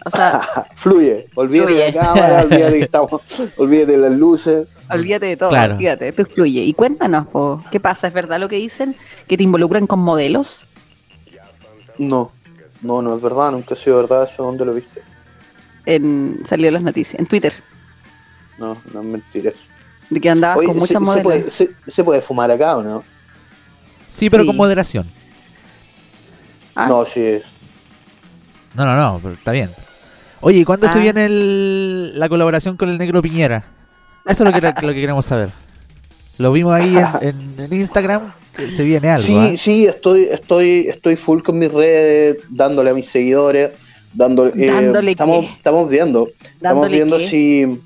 S3: O sea,
S4: Ah, Fluye, olvídate de
S3: Fluye.
S4: la cámara, olvídate que estamos, olvídate de las luces.
S3: olvídate de todo,
S2: Claro.
S3: olvídate, tú excluye. Y cuéntanos, po, ¿qué pasa? ¿Es verdad lo que dicen? ¿Que te involucran con modelos?
S4: No, no, no es verdad, nunca ha sido verdad eso, ¿dónde lo viste?
S3: En, salió en las noticias, en Twitter,
S4: No, no es mentira. eso.
S3: de que andabas
S4: Oye,
S3: Ah, con
S4: se,
S3: muchas
S4: se
S3: modelos.
S4: puede, se- se puede fumar acá o no?
S2: Sí, pero
S3: Sí.
S2: con moderación.
S3: Ah,
S4: No, sí es.
S2: No, no, no, pero está bien. Oye, ¿y cuándo se
S3: Ah.
S2: viene el- la colaboración con el negro Piñera? Eso es lo que, lo que queremos saber. Lo vimos ahí en, en- en Instagram, que se viene algo.
S4: Sí,
S2: ¿ah?
S4: sí, estoy, estoy, estoy full con mis redes, dándole a mis seguidores, dándole, eh,
S3: ¿Dándole
S4: estamos,
S3: qué?
S4: estamos viendo, estamos
S3: Dándole
S4: viendo
S3: qué,
S4: si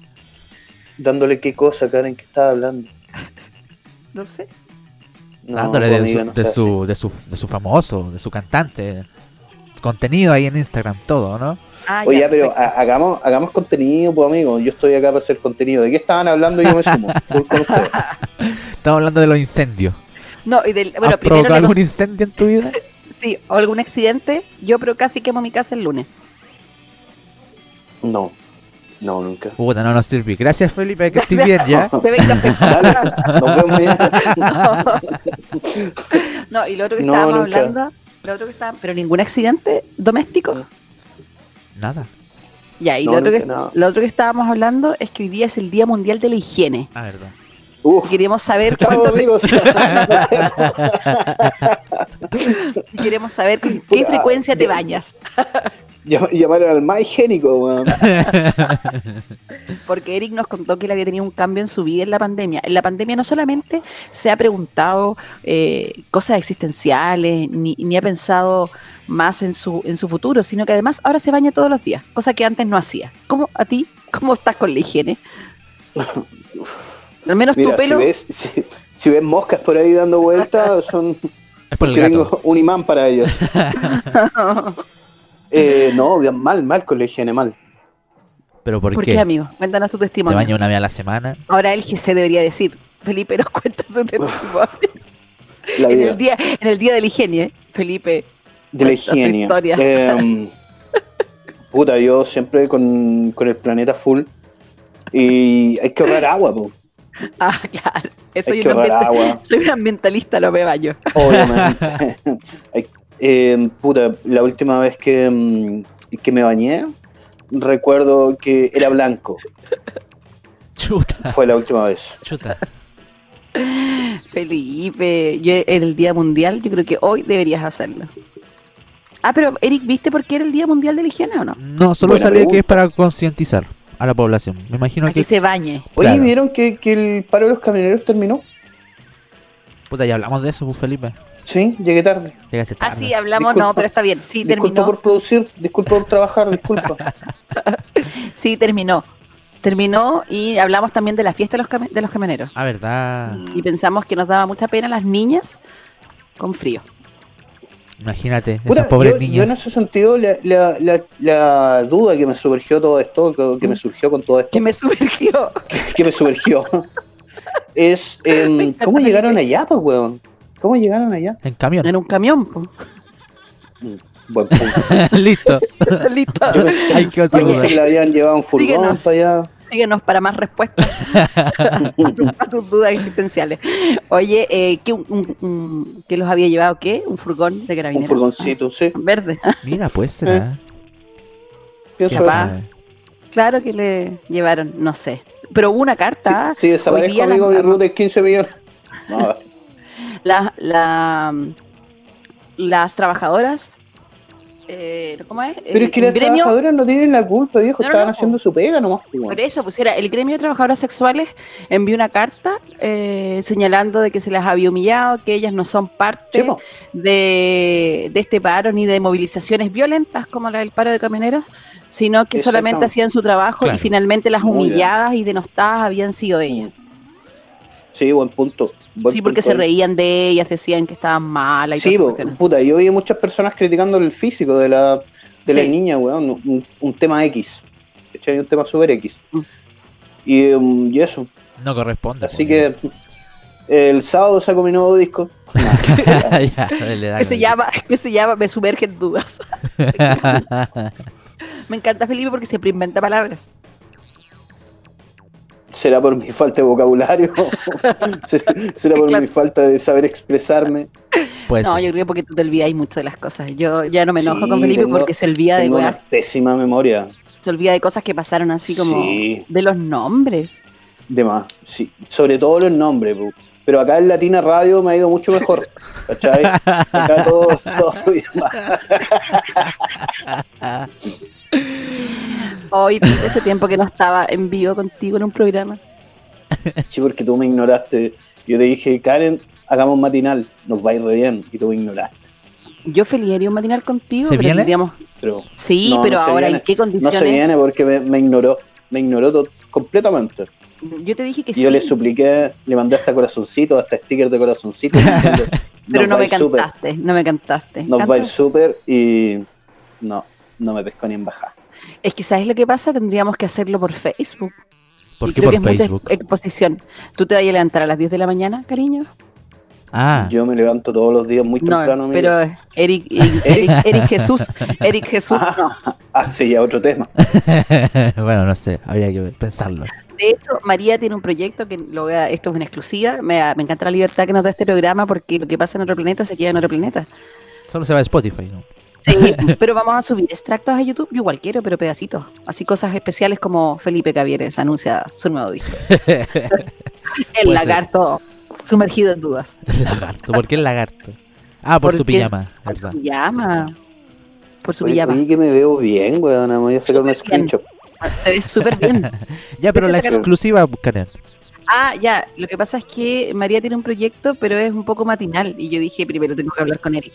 S4: dándole qué cosa, Karen, que estaba hablando.
S3: No sé.
S4: No,
S2: Dándole
S4: pues,
S2: de
S4: amiga,
S2: su,
S4: no
S2: de,
S4: sea así.
S2: su, de, su, de su famoso, de su cantante. Contenido ahí en Instagram, todo, ¿no?
S3: Ah,
S4: Oye,
S3: ya,
S4: pero
S3: perfecto.
S4: ha- hagamos, hagamos contenido, pues amigo. Yo estoy acá para hacer contenido. ¿De qué estaban hablando? Yo me sumo. full con ustedes.
S2: Estamos hablando de los incendios.
S3: No, y del, bueno,
S2: ¿Has provocado
S3: primero le
S2: algún incendio en tu vida?
S3: con- sí, o algún accidente. Yo, pero casi quemo mi casa el lunes.
S4: No, no, nunca.
S2: Puta, no, no sirve. Gracias, Felipe, que estés bien, ¿ya?
S4: Oh.
S3: Bebé, café.
S4: Dale, nos vemos mañana.
S3: No, y lo otro que
S4: No,
S3: estábamos
S4: nunca.
S3: hablando, lo otro que estaba, pero ningún accidente doméstico.
S2: Nada.
S3: Ya, y
S4: No,
S3: lo, otro que,
S4: nunca, no.
S3: lo otro que estábamos hablando es que hoy día es el Día Mundial de la Higiene.
S2: Ah, verdad.
S4: Uf,
S3: Queremos saber
S4: Uh, chao,
S3: cuánto-
S4: amigos.
S3: queremos saber con qué
S4: Puta,
S3: frecuencia te
S4: yo-
S3: bañas,
S4: Llam- Llamaron al más higiénico, weón.
S3: porque Eric nos contó que él había tenido un cambio en su vida en la pandemia. En la pandemia no solamente se ha preguntado eh, cosas existenciales, ni, ni ha pensado más en su, en su futuro, sino que además ahora se baña todos los días, cosa que antes no hacía. ¿Cómo a ti? ¿Cómo estás con la higiene? Al menos
S4: Mira,
S3: tu pelo.
S4: si ves, si, si ves moscas por ahí dando vueltas, son
S2: Es por el
S4: que
S2: gato.
S4: tengo un imán para ellas. Eh, no, bien, mal, mal con la higiene, mal.
S2: ¿Pero por,
S3: ¿Por
S2: qué?
S3: qué, amigo? Cuéntanos tu
S2: Te
S3: testimonio.
S2: baño una vez a la semana.
S3: Ahora el GC debería decir, Felipe nos cuenta su testimonio.
S4: La
S3: en,
S4: vida
S3: el día, en el día de la higiene, ¿eh? Felipe.
S4: de la
S3: cuenta su
S4: higiene.
S3: historia.
S4: Eh, puta, yo siempre con, con el planeta full. Y hay que ahorrar agua, po.
S3: Ah, claro. Eso
S4: Hay
S3: yo
S4: que
S3: no
S4: ahorrar agua.
S3: Soy un ambientalista, no me baño.
S4: Obviamente. Ay, eh, puta, la última vez que, mm, que me bañé, recuerdo que era blanco.
S2: Chuta,
S4: Fue la última vez.
S2: chuta.
S3: Felipe, yo en el Día Mundial, yo creo que hoy deberías hacerlo. Ah, pero Eric, ¿viste por qué era el Día Mundial de la Higiene o no?
S2: No, solo
S4: Buena
S2: sabía que es
S4: pregunta.
S2: para concientizar a la población. Me imagino
S3: A que
S2: que.
S3: se bañe.
S4: Oye,
S2: Claro.
S4: ¿vieron que, que el paro de los camioneros terminó?
S2: Puta, ya hablamos de eso, pues, Felipe.
S4: Sí, llegué tarde.
S2: Llegaste
S3: Ah,
S2: tarde.
S3: sí, hablamos,
S4: Disculpa.
S3: no, pero está bien. Sí,
S4: disculpa
S3: terminó.
S4: por producir, disculpa por trabajar, disculpa.
S3: Sí, terminó. Terminó y hablamos también de la fiesta de los, cami- de los camioneros.
S2: Ah, verdad.
S3: Y pensamos que nos daba mucha pena las niñas con frío.
S2: Imagínate,
S4: Puta,
S2: esas pobres
S4: yo, yo
S2: niñas.
S4: en ese sentido, la, la- la- la duda que me surgió todo esto, que, que me surgió con todo esto,
S3: Que me sumergió.
S4: que me surgió, es em, cómo llegaron allá, pues, weón. ¿Cómo llegaron allá?
S2: En camión.
S3: En un camión, po.
S4: Buen punto.
S2: Listo.
S3: Listo.
S4: Yo pensé,
S2: Ay, qué otro
S4: yo pensé
S2: lugar.
S4: que la habían llevado en furgón
S3: Síguenos.
S4: para allá.
S3: Síguenos para más respuestas a, tus, a tus dudas existenciales. Oye, eh, ¿qué, un- un- un- qué los había llevado? ¿Qué? ¿Un furgón de
S4: Un
S3: carabineros?
S4: furgoncito, sí.
S3: Ah, Verde.
S2: Mira, pues será.
S3: Eh,
S4: ¿Qué
S2: ¿Quién
S3: Capaz.
S4: sabe?
S2: sabe?
S3: Claro que le llevaron, no sé. Pero hubo una carta.
S4: Si, si
S3: Hoy
S4: desaparezco,
S3: día Eh,
S4: amigo, mi
S3: las-
S4: ruta es 15 millones. No,
S3: la- la- las trabajadoras. eh, ¿Cómo es? El-
S4: pero es que
S3: el
S4: las trabajadoras no tienen la culpa, viejo.
S3: No, no,
S4: Estaban
S3: no, po.
S4: haciendo su pega nomás. pues, weón.
S3: Por eso, pues era el gremio de trabajadoras sexuales envió una carta eh, señalando de que se las había humillado, que ellas no son parte
S4: Sí, pues, po.
S3: de, de este paro ni de movilizaciones violentas como la del paro de camioneros, sino que solamente
S4: Exactamente.
S3: hacían su trabajo
S2: Claro.
S3: y finalmente las
S4: Muy bien.
S3: humilladas y denostadas habían sido ellas.
S4: Sí, buen punto. buen
S3: sí, porque
S4: punto.
S3: se reían de ellas, decían que estaban malas y
S4: Sí,
S3: todas esas
S4: po,
S3: cuestiones.
S4: puta, yo vi muchas personas criticando el físico de la, de la
S3: Sí.
S4: niña, weón. Un, un tema X. ¿cachai? Un tema super X.
S3: Mm.
S4: Y, um, y eso.
S2: No corresponde.
S4: Así
S2: pues.
S4: que mm, el sábado saco mi nuevo disco.
S2: Ah, ya, le da
S3: Que se llama, que se llama Me sumergen dudas. Me encanta Felipe porque siempre inventa palabras.
S4: Será por mi falta de vocabulario. Será- Será por
S3: Claro.
S4: mi falta de saber expresarme.
S2: Pues,
S3: No, yo creo que porque tú te olvidáis mucho de las cosas. Yo ya no me enojo
S4: Sí,
S3: con Felipe
S4: tengo-
S3: porque se olvida de
S4: Tengo
S3: weas,
S4: una pésima memoria.
S3: se olvida de cosas que pasaron así como
S4: Sí.
S3: de los nombres.
S4: De más, sí. Sobre todo los nombres, pu. pero acá en Latina Radio me ha ido mucho mejor. ¿Cachai? Acá todo, todo fluye más.
S3: Hoy Pipe, ese tiempo que no estaba en vivo contigo en un programa.
S4: Sí, porque tú me ignoraste Yo te dije, Karen, hagamos un matinal, nos va a ir re bien, y tú me ignoraste.
S3: Yo feliz haría un matinal contigo,
S2: ¿Se
S3: pero
S2: viene?
S3: tendríamos-
S4: Pero
S3: Sí,
S4: No, no
S3: pero
S4: se
S3: ahora,
S4: viene.
S3: ¿en qué
S4: no
S3: condiciones?
S4: se viene porque me, me ignoró, me ignoró to- completamente.
S3: Yo te dije que
S4: Y yo
S3: sí,
S4: le supliqué, le mandé hasta corazoncito, hasta sticker de corazoncito. diciendo,
S3: pero no
S4: "Nos va a
S3: me
S4: ir súper,
S3: cantaste, no me cantaste.
S4: Nos va a ir
S3: Canta-
S4: súper y no, no me pescó ni en bajada.
S3: Es que, ¿sabes lo que pasa? Tendríamos que hacerlo por Facebook.
S2: ¿Por
S3: Y
S2: qué
S3: creo
S2: por
S3: que es
S2: Facebook?
S3: mucha exposición. ¿Tú te vas a levantar a las 10 de la mañana, cariño?
S2: Ah,
S4: Yo me levanto todos los días muy
S3: No,
S4: temprano. amigo.
S3: pero Eric, Eric, Eric- Eric Jesús, Eric Jesús, no.
S4: Ah, sí, ya otro tema.
S2: bueno, no sé, habría que pensarlo.
S3: De hecho, María tiene un proyecto que lo voy a- esto es una exclusiva. Me, me encanta la libertad que nos da este programa porque lo que pasa en otro planeta se queda en otro planeta.
S2: Solo se va a Spotify, ¿no?
S3: Sí, pero vamos a subir extractos a YouTube, yo igual quiero, pero pedacitos. Así cosas especiales como Felipe Cavieres anuncia su nuevo disco. El
S2: Puede ser.
S3: lagarto sumergido en dudas.
S2: lagarto. ¿Por qué el lagarto? Ah, por,
S3: ¿Por
S2: su
S3: qué?
S2: pijama,
S3: Por su
S2: verdad.
S3: pijama. Por su
S4: Oye,
S3: pijama.
S4: oye, que me veo bien, weón. Me voy a sacar un
S3: Súper bien.
S4: screenshot.
S3: Ah, Te ves súper bien.
S2: Ya, pero la
S3: Creo que
S4: sacaron-
S2: exclusiva, Karen.
S3: Ah, ya, lo que pasa es que María tiene un proyecto, pero es un poco matinal. Y yo dije, primero tengo que hablar con Eric.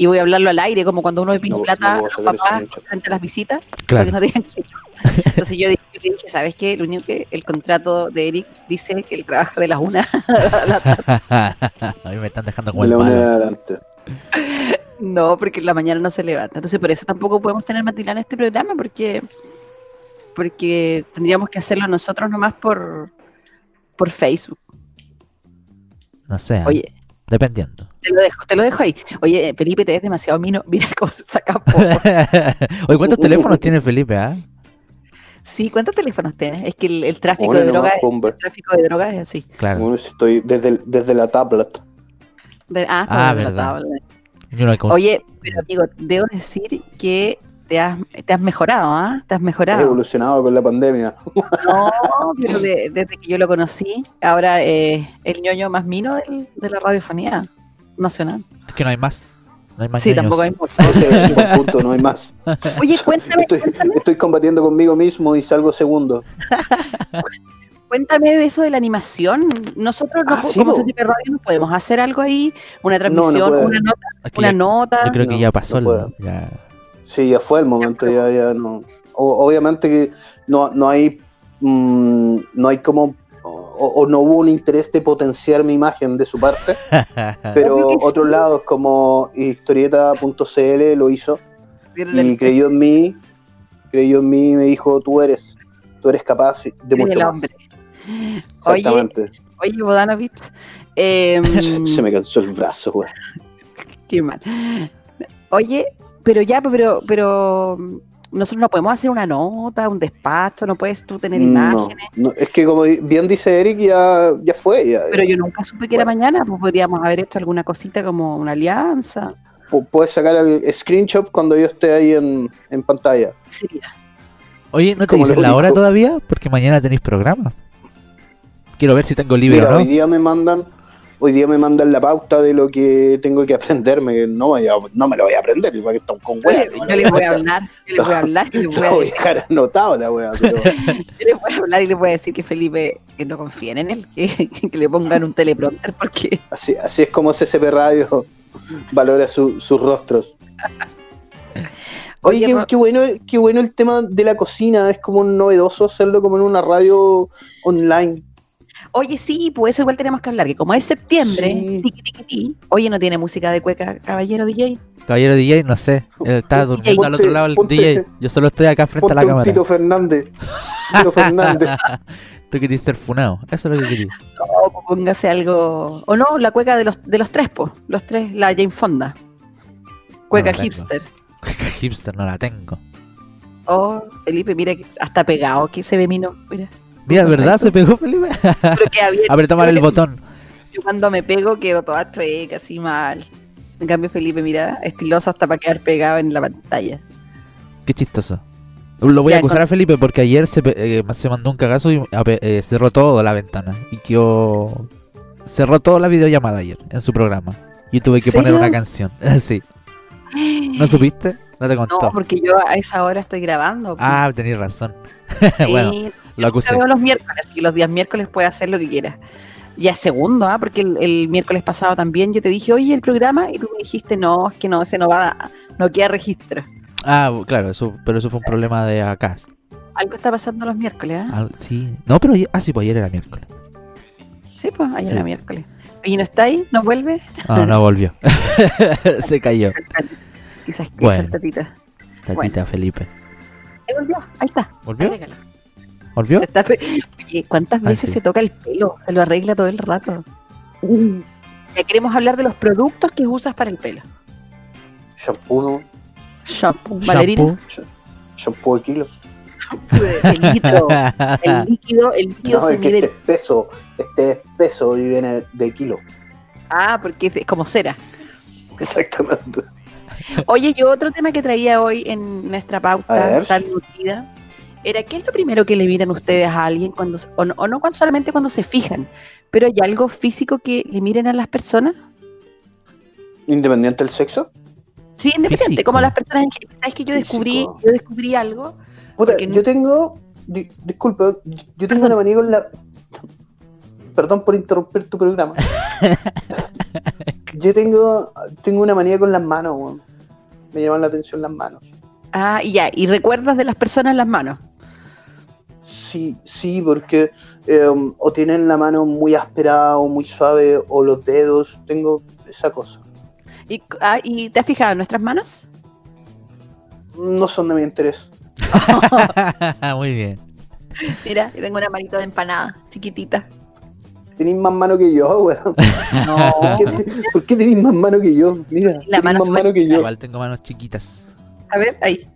S3: Y voy a hablarlo al aire, como cuando uno le pide
S4: No,
S3: plata a
S4: no voy a
S3: los
S4: sacar ese
S3: papás
S4: screenshot.
S3: frente a las visitas, para que
S2: Claro.
S3: no digan que yo. Entonces yo dije, yo le dije, ¿sabes qué? Lo único que el contrato de Eric dice que él trabaja de las una.
S2: A mí me están dejando como
S4: De
S2: el
S4: la una en
S2: malo.
S4: adelante.
S3: No, porque en la mañana no se levanta. Entonces por eso tampoco podemos tener matinal en este programa, porque, porque tendríamos que hacerlo nosotros nomás por, por Facebook.
S2: No sé, ¿eh?
S3: Oye,
S2: dependiendo.
S3: Te lo dejo, te lo dejo ahí. Oye, Felipe, te ves demasiado mino. Mira cómo se saca poco.
S2: Oye, ¿cuántos teléfonos tiene Felipe, ah?
S3: Sí, ¿cuántos teléfonos tienes? Es que el, el tráfico
S4: Una
S3: de
S4: nomás,
S3: drogas,
S4: Bomber.
S3: el tráfico de drogas es así.
S2: Claro.
S4: Bueno, si estoy desde, el- desde la tablet.
S3: De- ah,
S2: Ah,
S3: está
S2: verdad.
S3: anotado.
S2: Yo no con-
S3: Oye, pero amigo, debo decir que te has, te has mejorado, ¿ah? Te has
S4: He
S3: mejorado.
S4: evolucionado con la pandemia.
S3: No, pero de- desde que yo lo conocí, ahora eh, el ñoño más mino del- de la radiofonía nacional.
S2: Es que no hay más. No hay más
S3: Sí,
S2: ñoños.
S3: tampoco hay mucho.
S4: Ese es el punto, no hay más.
S3: Oye, cuéntame,
S4: Estoy,
S3: cuéntame,
S4: estoy combatiendo conmigo mismo y salgo segundo.
S3: cuéntame de eso de la animación. Nosotros, no
S4: Ah,
S3: po-
S4: sí,
S3: como
S4: po.
S3: CTP Radio, no podemos hacer algo ahí, una transmisión,
S4: puede.
S3: una nota.
S2: Es que
S3: una
S2: ya-
S3: nota.
S2: Yo creo que
S4: No,
S2: ya pasó
S4: no
S2: el-
S4: puedo.
S2: ya-
S4: Sí, ya fue el momento, ya, ya no. O- obviamente que no, no hay mm, no hay como o, o no hubo un interés de potenciar mi imagen de su parte, pero
S3: Obvio que sí.
S4: otros lados como historieta.cl lo hizo
S3: Dieron el-
S4: y creyó en mí, creyó en mí y me dijo, tú eres, tú eres capaz de
S3: el
S4: mucho más.
S3: hombre. Oye,
S4: Exactamente.
S3: oye, Bodanovich, eh,
S4: Se me cansó el brazo, güey.
S3: qué mal. Oye, pero ya, pero, pero mm, nosotros no podemos hacer una nota, un despacho, no puedes tú tener
S4: No,
S3: imágenes.
S4: no, es que como bien dice Eric, ya, ya fue. ya-
S3: Pero yo nunca supe que era mañana, pues podríamos haber hecho alguna cosita como una alianza.
S4: Pu- Puedes sacar el screenshot cuando yo esté ahí en, en pantalla.
S3: ¿Qué sería?
S2: Oye, ¿no te
S4: Como
S2: dicen
S4: lo
S2: la hora
S4: único-
S2: todavía? Porque mañana tenéis programa. Quiero ver si tengo libre
S4: Mira,
S2: o
S4: hoy
S2: no.
S4: día me mandan, hoy día me mandan la pauta de lo que tengo que aprenderme, que no, vaya- no me lo voy a aprender, igual que están con
S3: Yo, le-
S4: wea,
S3: yo
S4: no me lo
S3: les voy a
S4: aprender.
S3: hablar, yo les voy a hablar, y les voy
S4: La
S3: a
S4: voy a
S3: decir,
S4: dejar anotado la wea, pero
S3: yo les voy a hablar y les voy a decir que Felipe, que no confíen en él, que, que le pongan un teleprompter porque
S4: así, así es como CCP Radio valora su- sus rostros. Oye,
S3: Oye, pues,
S4: qué,
S3: Ro-
S4: qué bueno, qué bueno el tema de la cocina, es como novedoso hacerlo como en una radio online.
S3: Oye, sí, pues eso igual tenemos que hablar, que como es septiembre,
S4: Sí.
S3: tiqui, tiqui, tiqui, oye, no tiene música de cueca, caballero DJ.
S2: Caballero DJ, no sé. Él está durmiendo al otro
S4: Ponte-
S2: lado el
S4: ponte-
S2: DJ. Yo solo estoy acá frente a la
S4: Ponte un
S2: cámara.
S4: Tito Fernández. Tito Fernández.
S2: Tú querías ser funado. Eso es lo que quería.
S3: O póngase algo. O no, la cueca de los, de los tres, pues. Los tres, la Jane Fonda. Cueca
S2: No, la
S3: hipster.
S2: Hipster, no la tengo.
S3: Oh, Felipe, mira, que hasta pegado que se ve mino. Mira,
S2: Mira,
S3: Perfecto.
S2: ¿verdad? ¿Se pegó Felipe?
S3: pero queda bien.
S2: Apretamos el botón.
S3: Yo cuando me pego quedo toda chueca, así mal. En cambio, Felipe, mira, estiloso hasta para quedar pegado en la pantalla.
S2: Qué chistoso. Lo voy a
S3: Ya,
S2: acusar a Felipe porque ayer se, pe- eh, se mandó un cagazo y ape- eh, cerró toda la ventana. Y yo cerró toda la videollamada ayer en su programa. Y tuve que
S3: ¿En
S2: poner
S3: serio?
S2: una canción. sí. ¿No supiste? No te contó.
S3: No, porque yo a esa hora estoy grabando. pues.
S2: Ah, tenéis razón.
S3: Sí,
S2: bueno,
S3: Eh, yo
S2: lo acusé.
S3: veo los miércoles, y los días miércoles puede hacer lo que quiera. Ya es segundo, ¿ah? porque el, el miércoles pasado también yo te dije, oye, el programa, y tú me dijiste, no, es que no, ese no va, a- no queda registro.
S2: Ah, bu- claro, eso, pero eso fue un problema de acá.
S3: Algo está pasando los miércoles, ¿ah?
S2: Ah, sí. No, pero ayer, ah, sí, pues ayer era miércoles.
S3: Sí, pues, ayer
S2: Sí.
S3: era miércoles. ¿Y no está ahí? ¿No vuelve?
S2: Ah, no volvió. Se cayó.
S3: Quizás que
S2: Bueno.
S3: saltatita.
S2: Tatita
S3: Bueno.
S2: Felipe.
S3: Ahí volvió, ahí está.
S2: ¿Volvió?
S3: arréglalo.
S2: ¿Volvió?
S3: Está fe- Oye, ¿Cuántas
S2: Ah,
S3: veces
S2: sí.
S3: se toca el pelo? Se lo arregla todo el rato. Ya queremos hablar de los productos que usas para el pelo.
S4: Shampoo, ¿no?
S3: Shampoo, valerina,
S4: Shampoo de kilo.
S3: el litro,
S2: Ah.
S3: el líquido, el líquido
S4: No,
S3: se
S4: es que
S3: mide.
S4: este es peso, este es peso y viene de kilo.
S3: Ah, porque es de- como cera.
S4: Exactamente.
S3: Oye, yo otro tema que traía hoy en nuestra
S4: A
S3: pauta
S4: ver.
S3: tan nutrida era qué es lo primero que le miran ustedes a alguien cuando se- o no, o no cuando- solamente cuando se fijan, pero hay algo físico que le miren a las personas.
S4: Independiente del sexo.
S3: Sí, independiente,
S2: Físico.
S3: como las personas en general. sabes que yo descubrí,
S4: Físico.
S3: yo descubrí algo
S4: Puta,
S3: Porque no-
S4: yo tengo. di- disculpa, yo tengo
S3: Perdón.
S4: una manía con la. Perdón por interrumpir tu programa. yo tengo, tengo una manía con las manos, weón. Me llaman la atención las manos.
S3: Ah, y ya, y recuerdas de las personas las manos.
S4: Sí, sí, porque eh, o tienen la mano muy áspera o muy suave, o los dedos, tengo esa cosa.
S3: Y, ah, ¿y te has fijado en nuestras manos?
S4: No son de mi interés.
S2: Muy bien.
S3: Mira, yo tengo una manita de empanada, chiquitita.
S4: Tenéis más mano que yo, weón.
S3: No,
S4: ¿Por qué, por qué tenéis más mano que yo? Mira,
S3: La
S4: tenéis
S3: mano
S4: más
S3: suelta.
S4: mano que yo.
S2: Igual tengo manos chiquitas.
S3: a ver, ahí.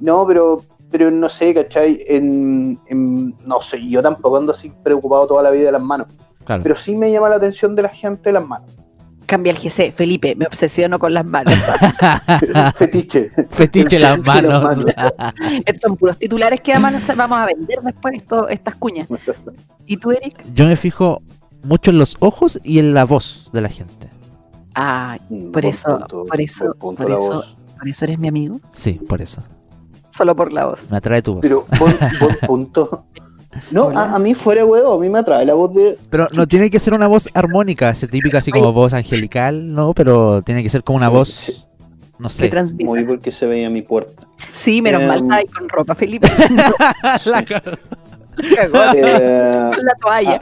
S4: No, pero, pero no sé, ¿cachai? En, en- no sé, yo tampoco ando así preocupado toda la vida de las manos.
S2: Claro.
S4: Pero sí me llama la atención de la gente las manos.
S3: Cambia el GC, Felipe, me obsesiono con las manos.
S4: Fetiche.
S2: Fetiche las
S4: Fetiche las
S2: manos.
S3: Estos son puros titulares que vamos a- vamos a vender después esto- estas cuñas. ¿Y tú, Eric?
S2: Yo me fijo mucho en los ojos y en la voz de la gente.
S3: Ah,
S4: Mm,
S3: Por
S4: buen
S3: eso- por eso-
S4: buen punto
S3: por
S4: la
S3: eso-
S4: voz.
S3: por eso eres mi amigo.
S2: Sí, por eso.
S3: Solo por la voz.
S2: Me atrae tu voz.
S4: Pero buen, buen punto. No,
S3: Hola.
S4: a, a mí fuera huevo, a mí me atrae la voz de...
S2: Pero no tiene que ser una voz armónica, esa típica así como voz angelical, ¿no? Pero tiene que ser como una voz, no
S3: Que
S2: sé.
S3: transmite.
S4: Morí porque se veía mi puerta.
S3: Sí, menos mal,
S4: Em.
S3: está ahí con ropa, Felipe. Cagó
S4: Eh,
S3: con la toalla.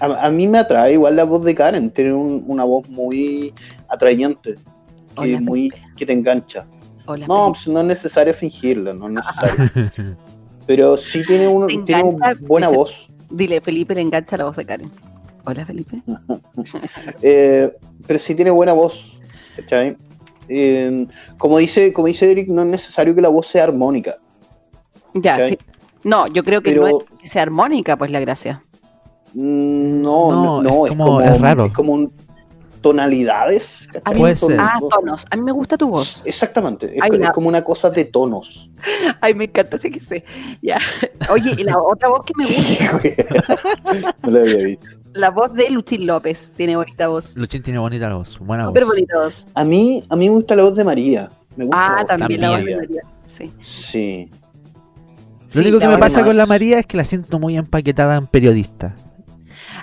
S4: a, a mí me atrae igual la voz de Karen, tiene un- una voz muy atrayente, que,
S3: Hola,
S4: es muy, que te engancha.
S3: Hola,
S4: No,
S3: Felipe.
S4: pues no es necesario fingirlo, no es necesario. Pero sí tiene, un,
S3: Te
S4: tiene un-
S3: encanta
S4: buena
S3: ese-
S4: voz.
S3: Dile, Felipe le engancha la voz de Karen. Hola, Felipe.
S4: Eh, pero sí tiene buena voz. ¿cachai? Eh, como, dice, como dice Eric, no es necesario que la voz sea armónica.
S3: Ya,
S4: ¿Cachai?
S3: sí. No, yo creo que
S4: Pero-
S3: no es que sea armónica, pues la gracia.
S4: Mm, No,
S2: No,
S4: no,
S2: es
S4: no, es,
S2: como-
S4: como,
S2: es raro.
S4: Es como un- tonalidades. ¿cachai?
S2: Puede ser.
S3: Ah, tonos. A mí me gusta tu voz.
S4: Exactamente, es,
S3: Ay,
S4: co-
S3: la-
S4: es como una cosa de tonos.
S3: Ay, me encanta ese que sé. Ya. Oye, y la otra voz que me gusta,
S4: no lo había visto.
S3: la voz de Luchín López. Tiene bonita voz.
S2: Luchín tiene bonita voz, buena voz.
S3: Súper bonita voz.
S4: A mí, a mí me gusta la voz de María. Me gusta la
S3: Ah,
S4: voz de
S3: también la voz de María.
S4: María.
S3: Sí.
S4: Sí.
S2: Lo
S3: Sí,
S2: único que
S3: la
S2: me
S3: voz de
S2: pasa
S4: más.
S2: con la María es que la siento muy empaquetada en periodista.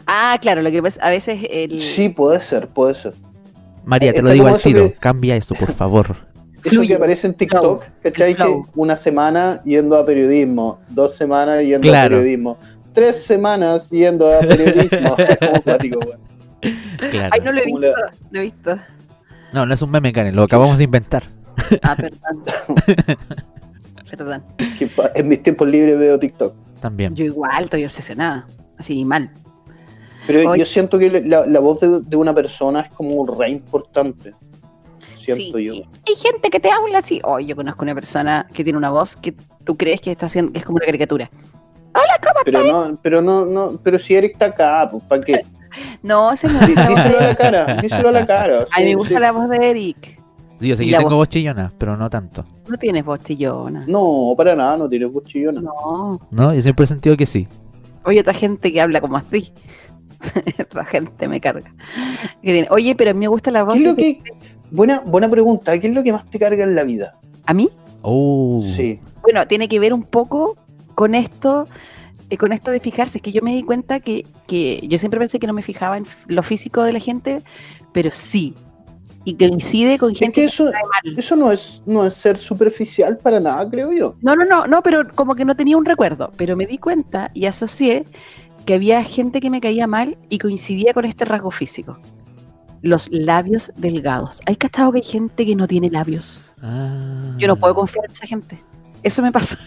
S3: Ah, claro, lo que pasa a veces el
S4: Sí, puede ser, puede ser.
S2: María, te
S4: Está
S2: lo digo
S4: como
S2: al
S4: eso
S2: tiro,
S4: que-
S2: cambia esto, por favor.
S4: Eso
S3: Fluye.
S4: que aparece en TikTok,
S3: Flow.
S4: ¿cachai?
S3: El flow.
S4: Que una semana yendo a periodismo, dos semanas yendo
S2: Claro.
S4: a periodismo, tres semanas yendo a periodismo. Es como cuático, weón.
S2: Claro.
S3: Ay, no lo he
S4: Como
S3: visto,
S4: la-
S3: no he visto.
S2: No, no es un meme, Karen, lo acabamos de inventar.
S3: Ah, perdón. perdón.
S4: Que pa- en mis tiempos libres veo TikTok.
S2: También.
S3: Yo igual estoy obsesionada. Así mal.
S4: Pero
S3: Oye.
S4: yo siento que la, la voz de, de una persona es como re importante. Siento
S3: Sí,
S4: yo.
S3: y- Hay gente que te habla así. Hoy yo conozco una persona que tiene una voz que tú crees que está haciendo, que es como una caricatura.
S4: Pero no, pero no, no, pero si Eric está acá, pues para qué.
S3: No, esa es mi bonita voz
S4: Díselo a la
S3: de-
S4: cara, díselo a la cara.
S3: A mí
S4: sí,
S3: me gusta
S4: sí.
S3: la voz de Eric.
S2: Yo sé
S3: Y
S2: que
S3: la
S2: tengo voz chillona, pero no tanto.
S3: No tienes voz chillona.
S4: No, para nada, no tiene cuchillona.
S3: No.
S2: ¿No? Yo siempre he sentido que sí.
S3: Oye, otra gente que habla como así. otra gente me carga. Que tiene- Oye, pero a mí me gusta la voz.
S4: ¿Qué es lo
S3: de-
S4: que, buena, buena pregunta, ¿qué es lo que más te carga en la vida?
S3: A mí
S2: Oh.
S4: Sí.
S3: Bueno, tiene que ver un poco con esto, eh, con esto de fijarse, es que yo me di cuenta que, que yo siempre pensé que no me fijaba en lo físico de la gente, pero sí. Y coincide con
S4: Es
S3: gente
S4: que
S3: que
S4: eso,
S3: cae mal.
S4: eso no, es, no es ser superficial para nada, creo yo.
S3: No, no, no, no, pero como que no tenía un recuerdo, pero me di cuenta y asocié que había gente que me caía mal y coincidía con este rasgo físico. Los labios delgados. ¿Hay cachado que hay gente que no tiene labios?
S2: Ah.
S3: Yo
S2: Mm.
S3: no puedo confiar en esa gente. Eso me pasa.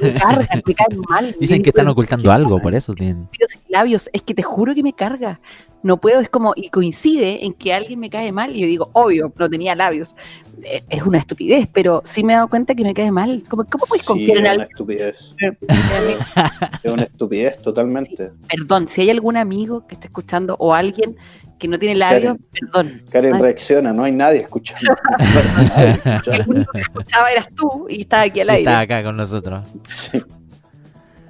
S3: Me cargan, me caen mal.
S2: Dicen que están ocultando algo, por eso tienen.
S3: Labios, labios, es que te juro que me carga. No puedo, es como, y coincide en que alguien me cae mal y yo digo, obvio, no tenía labios. Eh, Es una estupidez, pero sí me he dado cuenta que me cae mal. Como, ¿Cómo puedes
S4: Sí,
S3: confiar en
S4: es
S3: alguien?
S4: una estupidez.
S3: Eh, amigo,
S4: Es una estupidez totalmente.
S3: Perdón, si hay algún amigo que esté escuchando o alguien que no tiene labios, perdón.
S4: Karen
S3: Ay.
S4: reacciona, no hay nadie escuchando. No hay nadie
S3: El
S4: escuchando.
S3: único que escuchaba eras tú y estaba aquí al aire.
S2: Está acá con nosotros.
S4: Sí.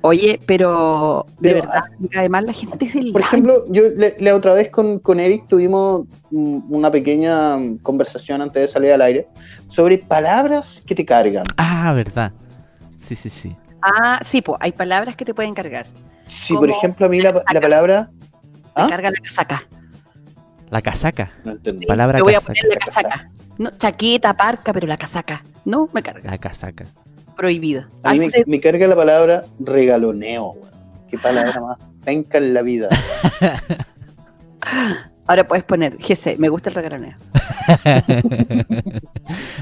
S3: Oye, pero de
S4: Pero,
S3: verdad, además la gente es el
S4: Por ejemplo, yo le- la otra vez con, con Eric tuvimos mm, una pequeña mm, conversación antes de salir al aire sobre palabras que te cargan.
S2: Ah, verdad. Sí, sí, sí.
S3: Ah, sí, pues hay palabras que te pueden cargar.
S4: Si, por
S3: ¿Cómo?
S4: ejemplo, a mí la, la palabra...
S3: Te
S4: ¿Ah?
S3: carga la casaca.
S2: La casaca.
S4: No entendí.
S2: Palabra
S3: Te voy
S2: casaca.
S3: a poner la casaca. No, chaqueta, parca, pero la casaca. No, me carga.
S2: La casaca.
S3: Prohibido.
S4: A mí
S3: Algo
S4: me,
S3: de-
S4: me carga la palabra regaloneo. weón. Qué palabra más penca en la vida.
S3: Ahora puedes poner, GC, me gusta el regaloneo.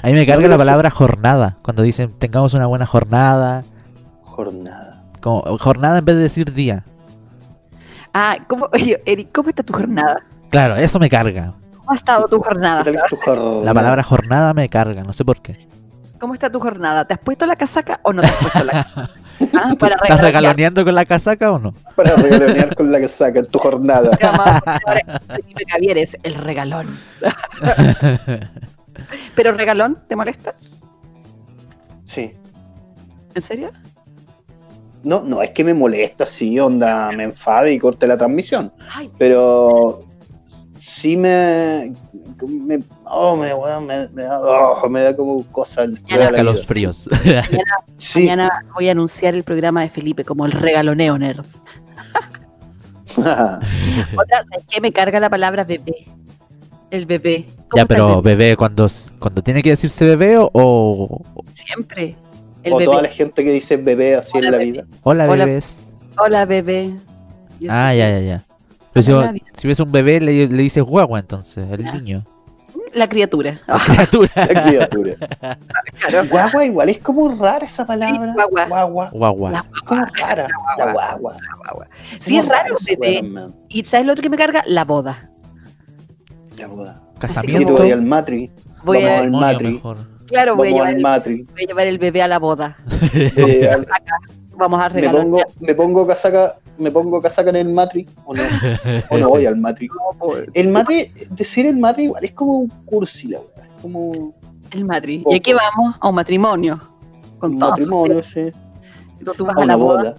S2: A mí me carga la palabra jornada. Cuando dicen tengamos una buena jornada.
S4: Jornada.
S2: Como, jornada en vez de decir día.
S3: Ah, ¿cómo, oye, Eric, ¿cómo está tu jornada?
S2: Claro, eso me carga.
S3: ¿Cómo ha estado tu
S4: ¿Qué
S3: jornada?
S4: tal es tu jornada?
S2: La palabra jornada me carga, no sé por qué.
S3: ¿Cómo está tu jornada? ¿Te has puesto la casaca o no te has puesto la casaca? Ah, para
S2: ¿Estás
S3: regalonear.
S2: regaloneando con la casaca o no?
S4: Para regalonear con la que sacan tu jornada.
S3: Javier es el regalón. ¿Pero regalón te molesta?
S4: Sí.
S3: ¿En serio?
S4: No, no, es que me molesta, sí, onda, me enfade y corte la transmisión.
S3: Ay,
S4: pero sí me me, oh, me, weón, me, me da, oh, me da como cosa en
S3: Ya
S4: toda
S3: la
S4: la vida.
S2: fríos.
S4: sí
S3: Mañana voy a anunciar el programa de Felipe como el regaloneo nerds. Otra, ¿sabes qué? Me carga la palabra bebé. El bebé. ¿Cómo
S2: ya,
S3: está
S2: pero
S3: el bebé?
S2: bebé, cuando, cuando tiene que decirse bebé o, o-
S3: Siempre. El
S4: o
S3: bebé.
S4: toda la gente que dice bebé así
S3: Hola,
S4: en la
S3: bebé.
S4: vida
S2: hola,
S3: Hola.
S2: bebés.
S3: Hola, bebé. Yo
S2: Ah,
S3: soy-
S2: ya, ya, ya. Pero si,
S3: Hola,
S2: vos- si ves un bebé, le, le dices guagua entonces, el
S3: Ah.
S2: niño.
S3: La criatura. Ah,
S2: Criatura.
S4: la criatura
S3: claro.
S4: guagua igual es como rara esa palabra
S3: Sí, guagua.
S2: Guagua.
S4: es como rara
S3: guagua.
S4: la guagua
S3: Sí, es
S4: Como
S3: raro,
S4: esa
S3: bebé.
S4: weón, man.
S3: ¿Y sabes lo otro que me carga? La boda.
S4: La boda. Y
S2: Casamiento.
S4: tú vas al matri
S3: Voy
S4: Vamos
S3: a,
S4: al
S2: Matrimonio
S4: matri.
S2: mejor.
S3: claro, voy a,
S4: vamos
S3: llevar
S4: al
S3: el,
S4: matri
S3: voy a llevar el bebé a la boda.
S4: Eh, al-
S3: Vamos a
S4: me
S3: regalar.
S4: pongo me pongo casaca me pongo casaca en el matri o no o no voy al matri El mate, decir el mate igual es como un cursi, la verdad. Es como
S3: El Madrid.
S4: Poco.
S3: Y aquí vamos a un matrimonio. Con
S4: un
S3: todo.
S4: matrimonio, sí.
S3: Tú, tú vas
S4: A
S3: a la
S4: una
S3: boda.
S4: boda.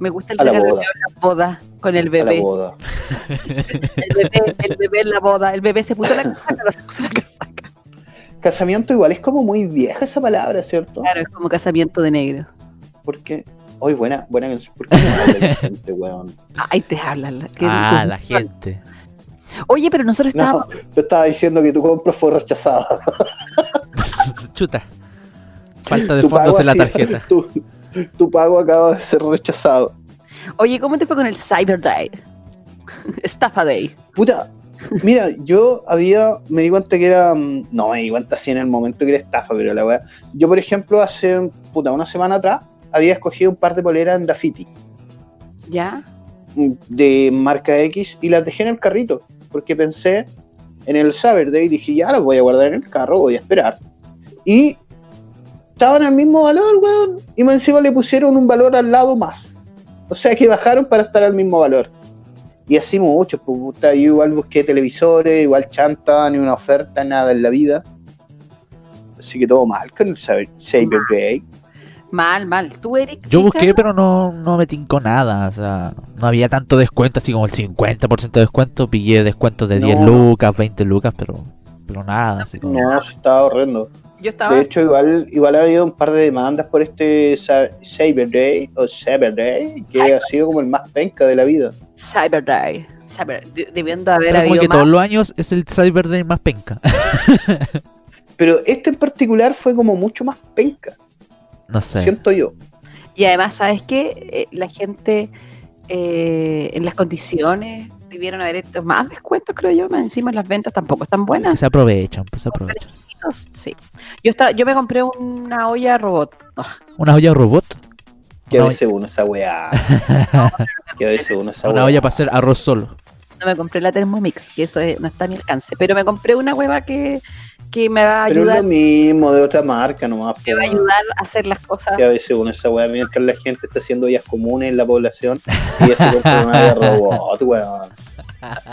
S3: Me gusta el
S4: A la
S3: regalo
S4: boda.
S3: de la boda con el
S4: A la
S3: bebé.
S4: boda.
S3: El bebé, el bebé en la boda. El bebé se puso la casaca, no se puso la casaca.
S4: Casamiento igual es como muy vieja esa palabra, ¿cierto?
S3: Claro, es como casamiento de negro.
S4: Porque. Hoy buena, buena canción. ¿Por qué no habla la gente, weón?
S3: Ay, te hablan. la- qué
S2: Ah,
S3: rico.
S2: la gente.
S3: Oye, pero nosotros
S4: No,
S3: estábamos.
S4: yo estaba diciendo que tu compra fue rechazada.
S2: Chuta. Falta de
S4: Tu pago
S2: fondos en la
S4: ha sido-
S2: tarjeta.
S4: Tu, tu pago acaba de ser rechazado.
S3: Oye, ¿cómo te fue con el Cyber Day? Estafa Day.
S4: Puta, mira, yo había, me di cuenta que era, mm, no me di cuenta así en el momento que era estafa, pero la weá. Yo, por ejemplo, hace, puta, una semana atrás, había escogido un par de poleras en Dafiti,
S3: ¿Ya?
S4: mm, de marca X, y las dejé en el carrito, porque pensé en el Cyber Day, dije, ya las voy a guardar en el carro, voy a esperar. Y estaban al mismo valor, weón, y más encima le pusieron un valor al lado más. O sea que bajaron para estar al mismo valor. Y así mucho, pues puta, yo igual busqué televisores, igual chanta, ni una oferta, nada en la vida. Así que todo mal con el Cyber, Cyber Day.
S3: Mal, mal. ¿Tú, Eric?
S2: Yo
S3: fuiste?
S2: busqué, pero no, no me tincó nada. O sea, no había tanto descuento, así como el 50% de descuento. Pillé descuentos de 10
S4: No.
S2: lucas, 20 lucas, pero, pero nada. Así como...
S4: No, eso estaba horrendo.
S3: Yo estaba.
S4: De hecho, igual, igual ha habido un par de demandas por este Sa- Cyber Day o Cyber Day, que ha sido como el más penca de la vida.
S3: Cyber Day. Cyber, de- debiendo haber
S2: Pero como
S3: habido
S2: que
S3: más.
S2: todos los años es el Cyber Day más penca.
S4: Pero este en particular fue como mucho más penca,
S2: no sé.
S4: siento yo.
S3: Y además, ¿sabes qué? Eh, la gente eh, en las condiciones debieron haber hecho más descuentos, creo yo. Más encima las ventas tampoco están
S2: Que
S3: buenas.
S2: se aprovechan, pues se aprovechan.
S3: Sí. Yo, estaba, yo me compré una olla robot.
S2: Una olla robot.
S4: Que a
S2: No,
S4: veces uno esa weá. que a veces uno esa
S2: Una
S4: weá.
S2: olla para hacer arroz solo.
S3: No me compré la Thermomix, que eso es- no está a mi alcance. Pero me compré una hueva que, que me va a
S4: Pero es
S3: ayudar,
S4: lo mismo de otra marca nomás.
S3: me va a
S4: po,
S3: ayudar a hacer las cosas.
S4: Que a veces uno esa weá mientras la gente está haciendo ollas comunes en la población y ya se compra una olla robot, weón.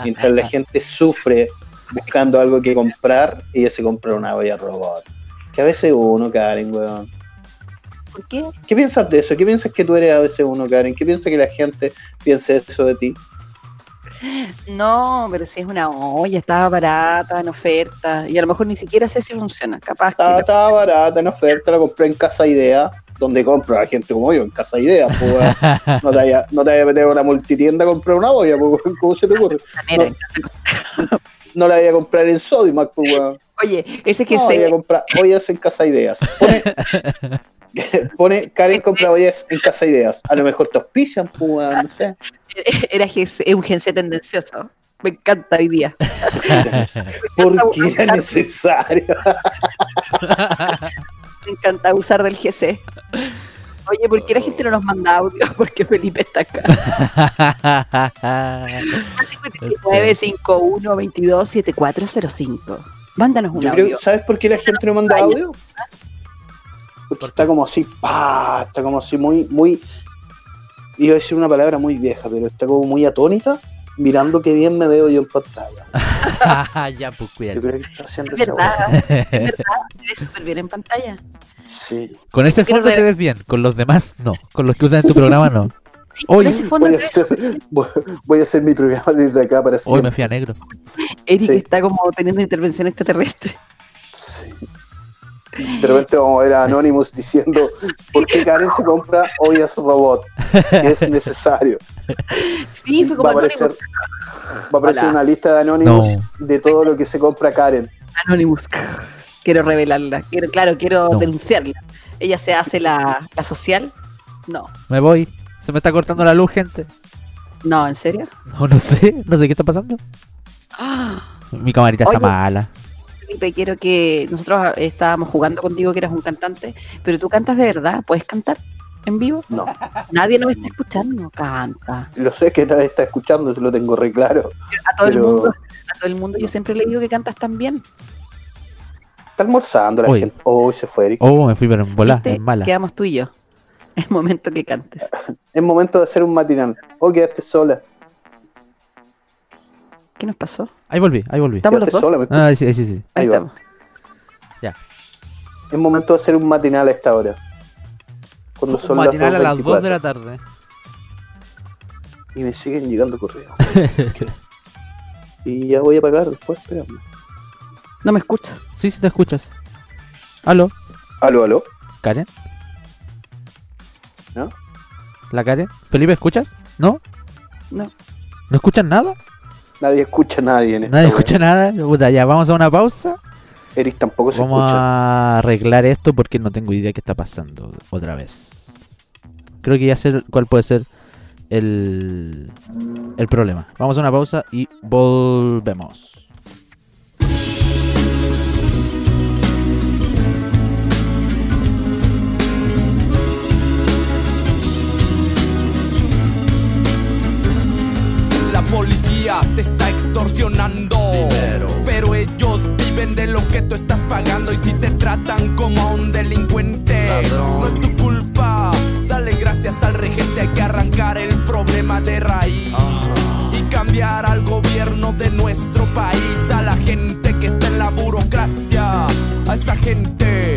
S4: Mientras la gente sufre buscando algo que comprar, ella se compra una olla robot. Que a veces uno, Karen, weón.
S3: ¿Por qué?
S4: ¿Qué piensas de eso? ¿Qué piensas que tú eres a veces uno, Karen? ¿Qué piensas que la gente piense eso de ti?
S3: No, pero si es una olla, estaba barata, en oferta. Y a lo mejor ni siquiera sé si funciona. Capaz que
S4: Estaba,
S3: la-
S4: estaba barata en oferta, la compré en Casa Idea, donde compra la gente como yo, en Casa Idea, pues, weón. no te vayas no te vayas a meter a una multitienda a comprar una olla, pues, weón, ¿cómo se te ocurre?
S3: manera.
S4: No la vayas a comprar en Sodimac, pues, weón.
S3: Oye, ese que
S4: No,
S3: se.
S4: voy a comprar ollas en Casa Ideas. Pone, pone Karen compra ollas en Casa Ideas. A lo mejor te auspician, pues, weón, no sé.
S3: Era GC, un GC tendencioso. Me encanta hoy día.
S4: Porque era necesario.
S3: Me encanta usar del GC. Oye, ¿por qué la gente no nos manda audio? Porque Felipe está acá. Más 59 51 22 7405. Mándanos un
S4: Yo creo-
S3: audio.
S4: ¿Sabes por qué la gente no manda
S3: Vaya.
S4: audio? Porque está como así, pa, está como así muy, muy. Iba a decir una palabra muy vieja, pero está como muy atónita, mirando qué bien me veo yo en pantalla.
S2: ya, pues
S4: Yo
S2: cuídate.
S4: creo que está haciendo
S3: Es
S4: esa weá.
S3: verdad, es verdad. Te ves súper bien en pantalla.
S4: Sí.
S2: Con ese
S3: Quiero
S2: fondo te
S3: re-
S2: ves bien, con los demás no. Con los que usan en tu programa no.
S3: Sí,
S2: Oye,
S3: con ese fondo
S4: voy, a
S3: te ves-
S4: hacer, voy, voy a hacer mi programa desde acá para
S2: Hoy me
S4: siempre.
S2: fui a negro.
S3: Eric
S4: sí.
S3: está como teniendo intervención extraterrestre.
S4: Sí. De repente vamos a ver a Anonymous diciendo ¿Por qué Karen se compra ollas robot? Es necesario.
S3: Sí, fue
S4: Va
S3: como
S4: a aparecer,
S3: Anonymous.
S4: va a aparecer
S3: Hola.
S4: una lista de Anonymous de todo lo que se compra Karen.
S3: Anonymous. Quiero revelarla. Quiero, claro, quiero
S2: No.
S3: denunciarla. Ella se hace la, la social. No,
S2: Me voy. Se me está cortando la luz, gente.
S3: no, ¿en serio?
S2: No, no sé. No sé qué está pasando.
S3: Ah,
S2: Mi camarita está
S3: Oye.
S2: mala.
S3: Felipe, quiero que nosotros ah, estábamos jugando contigo que eras un cantante, pero tú cantas de verdad. ¿Puedes cantar en vivo?
S4: No,
S2: Ah.
S3: Nadie nos está escuchando. Canta.
S4: lo sé que nadie está escuchando, se lo tengo re claro.
S3: A todo el
S4: Pero-
S3: mundo. A todo el mundo. Yo siempre le digo que cantas tan bien.
S4: Está almorzando la
S2: Oye.
S4: gente. Oh, se fue Eric.
S2: Oh, me fui, pero en bola,
S3: ¿Viste?
S2: en mala.
S3: Quedamos tú y yo. Es momento que cantes.
S4: Es momento de hacer un matinal. Oh, quedaste sola.
S3: ¿Qué nos pasó?
S2: Ahí volví, ahí volví.
S3: Estamos
S4: Quedaste
S3: los dos.
S4: sola. ¿me-
S2: Ah, ahí sí, ahí sí, sí.
S3: Ahí
S4: Ahí va.
S3: estamos.
S4: Es momento de hacer un matinal a esta hora. Cuando son
S2: Matinal a
S4: las
S2: las 2 de
S4: 2.24.
S2: la tarde.
S4: y me siguen llegando correos. y ya voy a pagar después, espérame.
S3: No me escuchas.
S2: Sí, sí, te escuchas. Aló,
S4: Aló, aló.
S2: Karen.
S4: ¿No?
S2: ¿La Karen? ¿Felipe, escuchas? ¿No?
S3: No.
S2: ¿No escuchas nada?
S4: Nadie escucha a nadie en esta
S2: Nadie
S4: wea.
S2: escucha nada. Puta, ya, vamos a una pausa.
S4: Eric tampoco se
S2: Vamos
S4: escucha.
S2: a arreglar esto porque no tengo idea qué está pasando otra vez. Creo que ya sé cuál puede ser el, el problema. Vamos a una pausa y volvemos.
S5: La policía te está extorsionando. Pero ellos viven de lo que tú estás pagando. Y si te tratan como a un delincuente, no es tu culpa. Dale gracias al regente. Hay que arrancar el problema de raíz. Y cambiar al gobierno de nuestro país. A la gente que está en la burocracia. A esa gente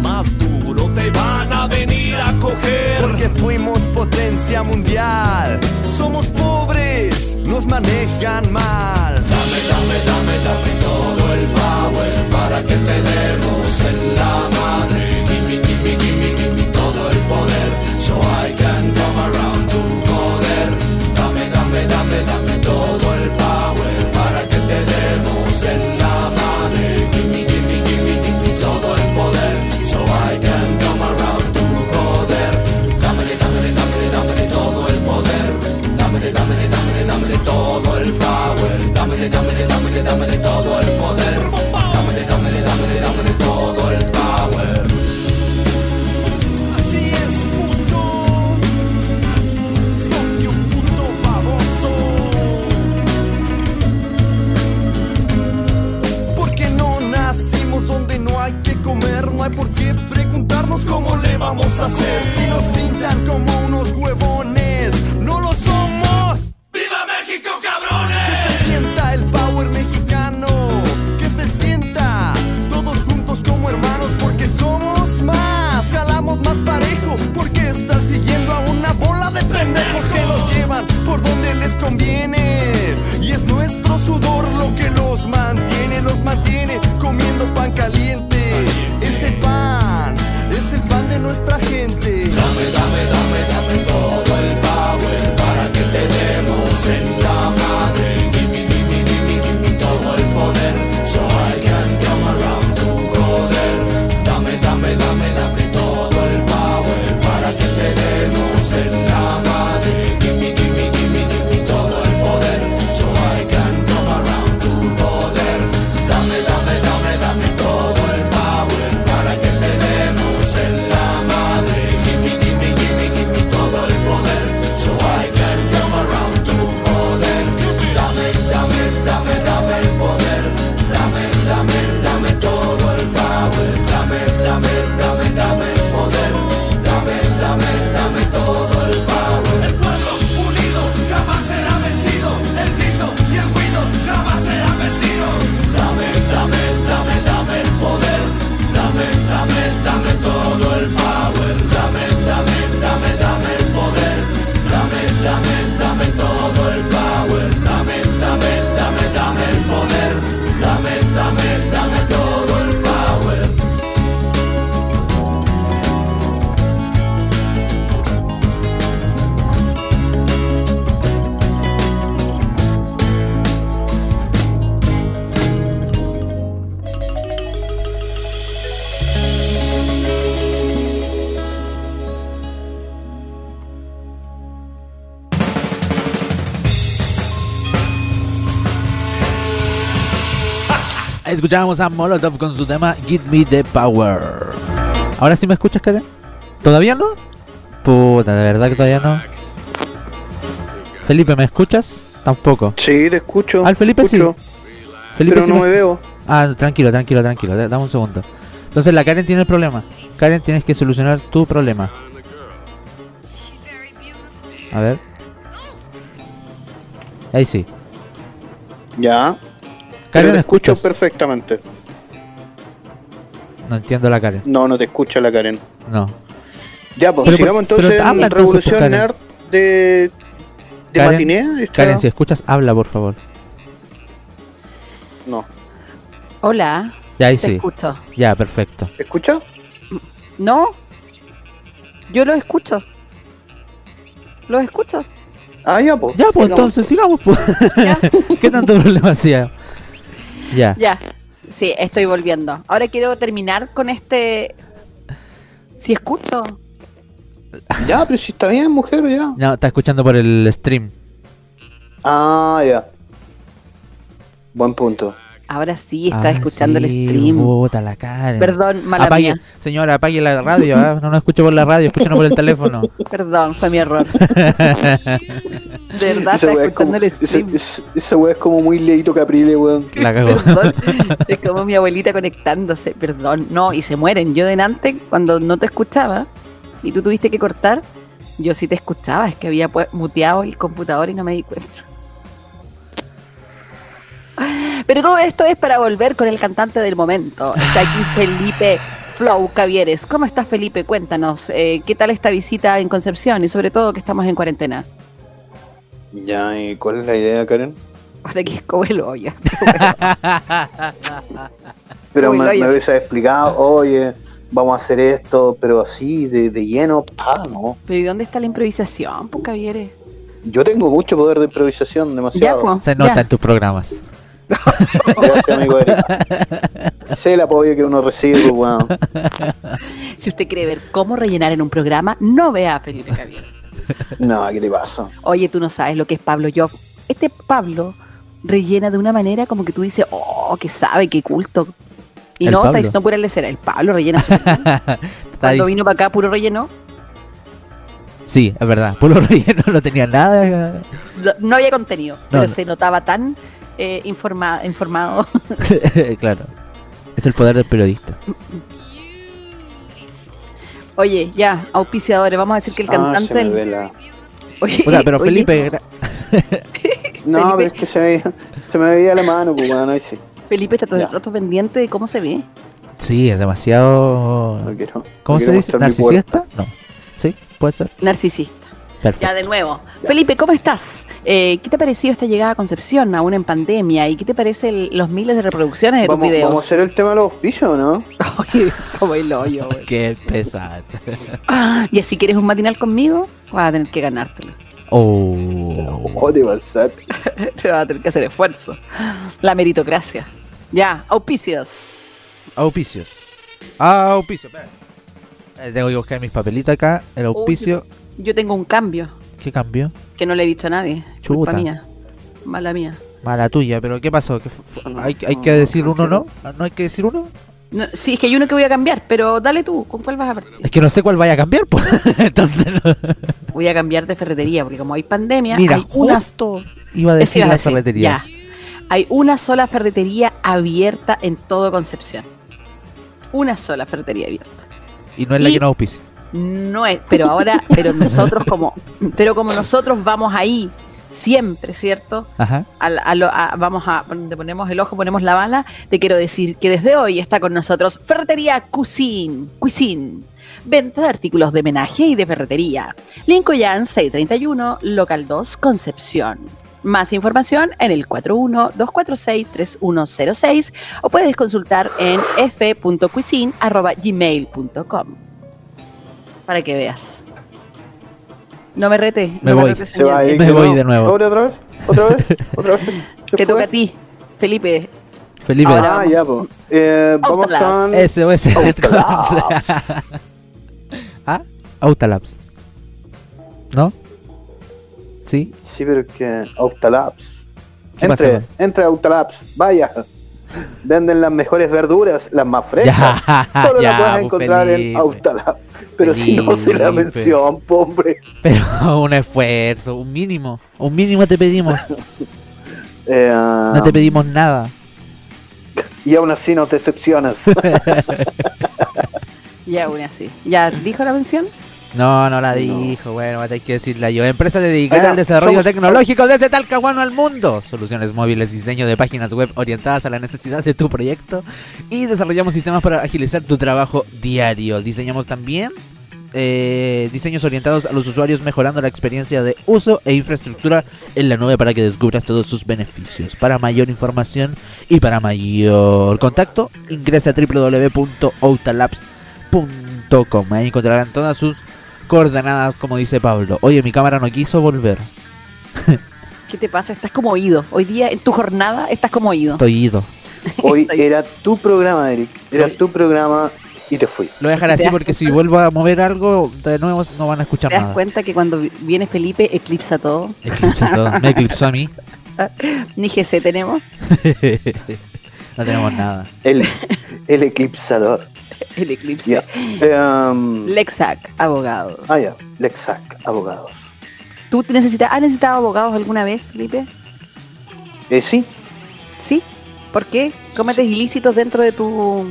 S6: Más duro te van a venir a coger.
S5: Porque fuimos potencia mundial. Somos pobres, nos manejan mal.
S7: Dame, dame, dame, dame todo el power para que te demos en la madre. Give me, give me, give me, give me todo el poder so I can come around to joder. Dame, dame, dame, dame todo el power para que te demos en la madre. Give me, give me, give me, give me todo el poder so I can come around to joder. Dámele, dámele, dámele, dámele todo el poder. Dámele, dámele, dámele, dámele todo el power. Dámele, dámele, dámele, dámele todo el poder. Dámele, dámele, dámele, dámele todo el power.
S6: Así es, puto. Fuck you, puto baboso.
S5: Porque no nacimos donde no hay que comer, no hay por qué preguntarnos cómo le vamos a hacer. Si nos pintan como unos huevones, no lo somos.
S7: ¡Viva México, cabrones!
S5: Que se sienta el power mexicano, que se sienta todos juntos como hermanos, porque somos más, jalamos más parejo, porque estar siguiendo a una bola de pendejos que los llevan por donde les conviene. Y es nuestro sudor lo que los mantiene, los mantiene comiendo pan caliente. Este pan es el pan de nuestra gente.
S7: Dame, dame, dame, dame todo el power para que te demos en la madre. Gimme, gimme, gimme, gimme todo el poder so I can come around to joder. Dame, dame, dame, dame todo el power para que te demos en la madre. Gimme, gimme, gimme, gimme todo el poder so I can come around to joder. Dame, dame, dame, dame todo el power para que te demos en la madre. Gimme, gimme, gimme, gimme todo el poder so I can come around to joder. Dame, dame, dame, dame el poder. Dame, dame, dame todo el power. Dame, dame, dame, dame el poder. Dame, dame, dame todo el power. El pueblo unido jamás será vencido. El grito y el ruido jamás serán vencidos. Dame, dame, dame, dame el poder. Dame, dame, dame todo el power. Dame, dame, dame, dame el poder. Dame, dame, dame todo el power. Dame, dame, dame, dame el poder. Dame, dame, dame todo el power.
S2: Escuchábamos a Molotov con su tema Give Me the Power. ¿Ahora sí me escuchas, Karen? ¿Todavía no? Puta, de verdad que todavía no. Felipe, ¿me escuchas? Tampoco.
S4: Sí, te escucho.
S2: Al Felipe sí.
S4: escucho,
S2: Felipe,
S4: pero
S2: sí
S4: no
S2: me-
S4: me veo.
S2: Ah, tranquilo, tranquilo, tranquilo. da- Dame un segundo. Entonces la Karen tiene el problema. Karen, tienes que solucionar tu problema. A ver. Ahí sí.
S4: Ya. pero
S2: Karen,
S4: te
S2: ¿me
S4: escucho
S2: escuchas?
S4: perfectamente.
S2: No entiendo la Karen.
S4: No, no te escucha la Karen.
S2: No.
S4: Ya, pues
S2: Pero,
S4: sigamos
S2: pero,
S4: entonces
S2: habla
S4: en
S2: entonces, pues,
S4: Revolución
S2: Karen.
S4: Nerd de, de
S2: Karen,
S4: matiné. ¿está?
S2: Karen, si escuchas, habla, por favor.
S4: No.
S3: Hola,
S2: Ya, ahí
S3: te
S2: sí.
S3: escucho.
S2: Ya, perfecto.
S4: ¿Te escucha?
S3: ¿No? Yo los escucho. Los escucho.
S4: Ah, ya, pues.
S2: Ya, pues
S4: sigamos.
S2: entonces sigamos, pues.
S3: Ya.
S2: ¿Qué tanto problema hacía? Ya.
S3: Ya, sí, estoy volviendo. Ahora quiero terminar con este... Si escucho.
S4: Ya, pero si está bien, mujer, ya.
S2: No, está escuchando por el stream.
S4: Ah, ya. Buen punto.
S3: Ahora sí, está
S2: Ah,
S3: escuchando
S2: sí,
S3: el stream.
S2: Puta la Karen.
S3: Perdón, mala
S2: apague,
S3: mía.
S2: señora, apague la radio. ah, No, no escucho por la radio, escúchanos por el teléfono.
S3: Perdón, fue mi error. De verdad, está
S4: weá es como,
S3: escuchando el
S4: esa-
S3: stream.
S4: esa- esa weá es como muy leito caprile, weón.
S2: La cagó.
S3: Perdón, es como mi abuelita conectándose, perdón, no, y se mueren. Yo delante, cuando no te escuchaba, y tú tuviste que cortar, yo sí te escuchaba, es que había pu- muteado el computador y no me di cuenta. Pero todo esto es para volver con el cantante del momento. Está aquí Felipe Flow Cavieres. ¿Cómo estás, Felipe? Cuéntanos, eh, ¿qué tal esta visita en Concepción y sobre todo que estamos en cuarentena?
S4: Ya, ¿y cuál es la idea, Karen?
S3: Hasta que es como el hoyo.
S4: Pero
S3: Uy,
S4: me,
S3: lo oye.
S4: me hubiese explicado, oye, vamos a hacer esto, pero así, de, de lleno, pa, no.
S3: Pero ¿y dónde está la improvisación, pues, Cavieres?
S4: Yo tengo mucho poder de improvisación,
S3: Ya,
S4: demasiado.
S3: pues,
S2: Se
S3: ya.
S2: nota en tus programas.
S4: Gracias, amigo Eric. Sé el apoyo que uno recibe, pues, weón.
S3: Si usted quiere ver cómo rellenar en un programa, no vea a Felipe Cavieres.
S4: No, ¿qué te pasa?
S3: Oye, tú no sabes lo que es Pablo Job. Este Pablo rellena de una manera como que tú dices, oh, que sabe, qué culto. Y
S2: El
S3: no, está
S2: Pablo.
S3: diciendo pura lecera. El Pablo rellena. su-
S2: Está
S3: Cuando
S2: dic-
S3: vino para acá, puro relleno.
S2: Sí, es verdad. Puro relleno no tenía nada.
S3: lo- No había contenido, pero
S2: no.
S3: se notaba tan eh, informa- informado.
S2: claro. Es el poder del periodista.
S3: Oye, ya, auspiciadores, vamos a decir que el
S4: Ah, se
S3: cantante.
S4: me
S3: del-
S4: ve la-
S3: Oye,
S2: O sea, pero
S3: oye,
S2: Felipe, gra-
S4: No, pero es que se me, veía- se me veía la mano, pues, weón. Ahí sí,
S3: Felipe está todo el
S4: Ya.
S3: rato pendiente de cómo se ve.
S2: sí, es demasiado.
S4: no quiero. no
S2: ¿Cómo se
S4: quiero
S2: dice?
S4: mostrar mi cuerpo.
S2: ¿Narcisista? No. Sí, puede ser.
S3: Narcisista. Ya
S2: Perfecto.
S3: de nuevo. Felipe, ¿cómo estás? Eh, ¿Qué te ha parecido esta llegada a Concepción aún en pandemia? ¿Y qué te parecen los miles de reproducciones de
S4: Vamos,
S3: tus videos?
S4: vamos a hacer el tema de los pillos, ¿no?
S3: Oye, como el hoyo, güey.
S2: Qué pesado.
S3: Ah, Y así quieres un matinal conmigo, vas a tener que ganártelo.
S2: Oh.
S4: Odio al zap.
S3: Te vas a tener que hacer esfuerzo. La meritocracia. Ya, auspicios.
S2: Auspicios. Auspicio, espera. Eh, Tengo que buscar mis papelitos acá. El auspicio.
S3: Yo tengo un cambio
S2: ¿Qué cambió?
S3: que no le he dicho a nadie. Culpa
S2: Chuta.
S3: mía. Mala mía.
S2: Mala tuya, pero ¿qué pasó? ¿Qué fu- fu-
S4: No,
S2: ¿Hay, hay
S4: no,
S2: que
S4: no,
S2: decir
S4: no
S2: uno,
S4: quiero.
S2: no? ¿No hay que decir uno?
S3: No, sí, es que hay uno que voy a cambiar, pero dale tú, ¿con cuál vas a partir?
S2: Es que no sé cuál vaya a cambiar, pues. Entonces, no.
S3: Voy a cambiar de ferretería, porque como hay pandemia,
S2: mira,
S3: hay una
S2: justo iba a decir
S3: Eso iba a
S2: la
S3: decir,
S2: ferretería.
S3: ya. Hay una sola ferretería abierta en todo Concepción. Una sola ferretería abierta.
S2: Y no es la
S3: Y-
S2: que no auspicia.
S3: No es, pero ahora, pero nosotros como, pero como nosotros vamos ahí siempre, ¿cierto?
S2: Ajá.
S3: Al- a lo- a- vamos a donde ponemos el ojo, ponemos la bala. Te quiero decir que desde hoy está con nosotros Ferretería Cuisine. Cuisine. Venta de artículos de menaje y de ferretería. Lincoln 631, local 2, Concepción. Más información en el 41-246-3106 o puedes consultar en f.cuisine.gmail.com para que veas. No me rete.
S2: Me
S3: no
S2: voy.
S3: rete,
S4: Se va
S3: señor.
S4: ahí.
S2: Me
S4: que
S2: voy
S4: no.
S2: de nuevo.
S4: ¿Otra, otra vez? ¿Otra vez? ¿Otra vez? ¿Se
S3: Te toca
S4: fue?
S3: a ti, Felipe.
S2: Felipe,
S3: Ahora-
S4: Ah, ya, pues. Eh, vamos con.
S2: SOS
S4: Autolabs.
S2: ¿Ah? Autolabs. ¿No? ¿Sí?
S4: Sí, pero que Octalabs.
S2: ¿Qué
S4: Entre,
S2: pasó?
S4: entre a Octalabs, vaya. Venden las mejores verduras, las más frescas. Solo las puedes
S2: pues,
S4: encontrar en
S2: Felipe.
S4: Octalabs. Pero si no se la
S2: Felipe.
S4: mención, po, hombre.
S2: Pero un esfuerzo, un mínimo. Un mínimo te pedimos.
S4: Eh,
S2: No te pedimos nada.
S4: y aún así no te decepcionas.
S3: Ya, aún así. ¿Ya dijo la mención?
S2: No, no la
S4: No.
S2: dijo. Bueno, hay que decirla yo. Empresa
S4: Ahí
S2: dedicada
S4: está,
S2: al desarrollo
S4: somos-
S2: tecnológico desde Talcahuano al mundo. Soluciones móviles, diseño de páginas web orientadas a la necesidad de tu proyecto. Y desarrollamos sistemas para agilizar tu trabajo diario. Diseñamos también eh, diseños orientados a los usuarios, mejorando la experiencia de uso e infraestructura en la nube para que descubras todos sus beneficios. Para mayor información y para mayor contacto, ingresa a www.outalabs.com. Ahí encontrarán todas sus coordenadas, como dice Pablo. Oye, mi cámara no quiso volver.
S3: ¿Qué te pasa? Estás como oído. Hoy día, en tu jornada, estás como oído.
S2: Estoy ido.
S4: Hoy era tu programa, Eric. Era
S2: Hoy-
S4: tu programa y te fui.
S2: Lo voy a dejar así porque si vuelvo a mover algo, de nuevo no van a escuchar
S3: ¿Te das
S2: nada.
S3: cuenta que cuando vi- viene Felipe eclipsa todo?
S2: Eclipsa todo. Me eclipsó a mí.
S3: Ni GC tenemos.
S2: no tenemos nada.
S4: El, el eclipsador.
S3: El eclipse.
S4: Ya. Eh, um,
S3: Lexac, abogado.
S4: ah, ya. Lexac, abogados.
S3: ¿Tú te necesitas, has necesitado abogados alguna vez, Felipe?
S4: Eh, sí,
S3: ¿Sí? ¿Por qué? ¿Cometes ilícitos dentro de tu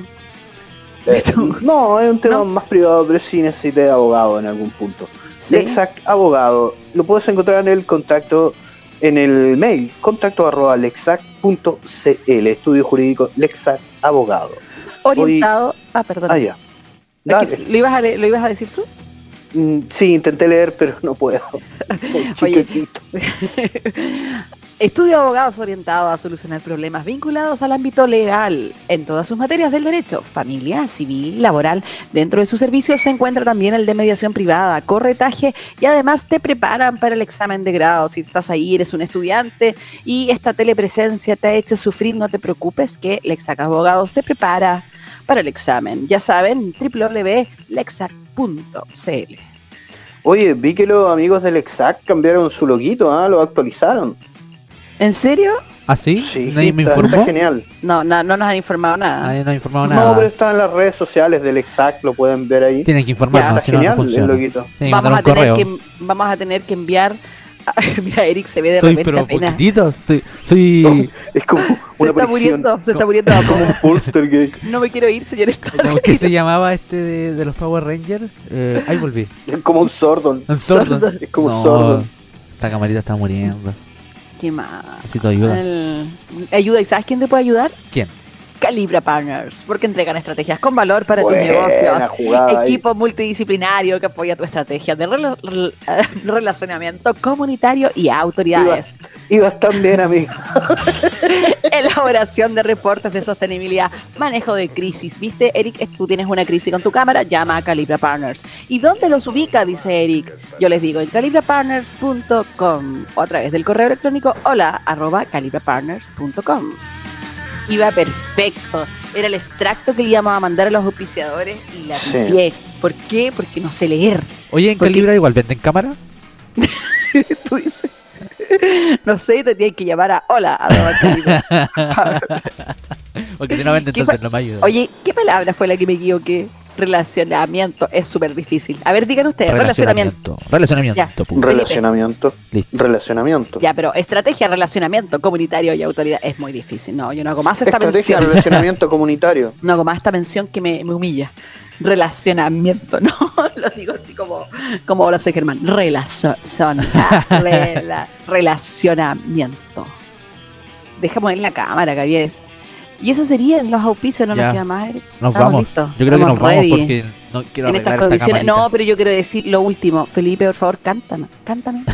S4: Eh, no, es un tema más privado, pero sí necesité abogado en algún punto.
S3: Sí.
S4: Lexac Abogado. Lo puedes encontrar en el contacto, en el mail, contacto arroba lexac.cl, estudio jurídico Lexac Abogado.
S3: Orientado. Ah, perdón.
S4: Ah, ya.
S3: Es que
S4: Dale.
S3: ¿Lo ibas, a le- ¿Lo ibas a decir tú?
S4: Mm, Sí, intenté leer, pero no puedo.
S3: Oye.
S4: Chiquitito.
S3: Estudio de abogados orientado a solucionar problemas vinculados al ámbito legal. En todas sus materias del derecho, familia, civil, laboral, dentro de sus servicios se encuentra también el de mediación privada, corretaje y además te preparan para el examen de grado. Si estás ahí, eres un estudiante y esta telepresencia te ha hecho sufrir, no te preocupes que Lexac Abogados te prepara para el examen. Ya saben, www.lexac.cl.
S4: Oye, vi que los amigos del Lexac cambiaron su loguito, ¿ah? lo actualizaron.
S3: ¿En serio?
S2: ¿Ah, sí?
S4: Sí,
S2: Nadie me
S4: está-
S2: informó.
S4: Está genial.
S3: No, no, no nos han informado nada.
S2: Nadie nos ha informado
S4: No,
S2: nada.
S4: pero está en las redes sociales del Exact, lo pueden ver ahí.
S2: Tienen que informarnos,
S4: está
S2: si no, no
S4: genial el
S2: funciona. Tienen
S4: loguito.
S2: que
S3: vamos
S2: mandar un
S3: a tener
S2: correo.
S3: que vamos a tener que enviar mira Eric se ve de
S2: Estoy
S3: repente
S2: pero
S3: apenas
S2: poquitito. Estoy, soy
S4: Es como
S3: se
S4: una
S3: está
S4: aparición.
S3: muriendo se está muriendo de a poco.
S4: Como un poltergeist.
S3: no me quiero ir señor Stark
S2: ¿Cómo que se llamaba este de, de los Power Rangers? Eh, ahí volví.
S4: Es como un sordon.
S2: Un sordo.
S4: Es como un sordo.
S2: Esta camarita está muriendo.
S3: qué mal
S2: Necesito ayuda.
S3: El- ayuda y sabes quién te puede ayudar
S2: ¿Quién?
S3: Calibra Partners porque entregan estrategias con valor para
S4: Buena
S3: tus negocios
S4: jugada ahí.
S3: Equipo multidisciplinario que apoya tu estrategia de relo- rel- relacionamiento comunitario y autoridades.
S4: Ibas tan bien, amigo.
S3: Elaboración de reportes de sostenibilidad, manejo de crisis. ¿Viste, Eric? Tú tienes una crisis con tu cámara, llama a Calibra Partners. ¿Y dónde los ubica? Dice Eric. Yo les digo en calibrapartners.com o a través del correo electrónico hola arroba calibrapartners.com. Iba perfecto. Era el extracto que le íbamos a mandar a los auspiciadores y la
S4: Sí.
S3: copié. ¿Por qué? Porque no sé leer.
S2: Oye, en
S3: Porque-
S2: Calibra igual venden cámara.
S3: Tú dices. No sé, te tienen que llamar a hola arroba calibra.
S2: Porque si no venden,
S3: ¿Qué
S2: entonces no me ayuda.
S3: Oye, ¿qué palabra fue la que me equivoqué? Relacionamiento es súper difícil. A ver, digan ustedes, relacionamiento.
S2: relacionamiento. Relacionamiento. pues. pu.
S3: Re-
S4: Relacionamiento.
S2: Listo.
S4: Relacionamiento.
S3: Ya, pero estrategia, relacionamiento comunitario y autoridad es muy difícil. No, yo no hago más esta
S4: Estrategia de
S3: mención.
S4: relacionamiento comunitario.
S3: No hago más esta mención que me, me humilla. Relacionamiento, no, lo digo así como, como hola, soy Germán. Relación, rela- relacionamiento. Dejamos en la cámara, Gabriel. Y eso serían los auspicios, no
S2: Ya.
S3: nos queda más. Eric?
S2: Nos
S3: Estamos
S2: vamos.
S3: listos,
S2: Yo creo que
S3: estamos
S2: nos vamos
S3: ready.
S2: porque no quiero
S3: en estas
S2: arreglar esta
S3: condiciones.
S2: camarita.
S3: no, pero yo quiero decir lo último. Felipe, por favor, cántame. Cántame.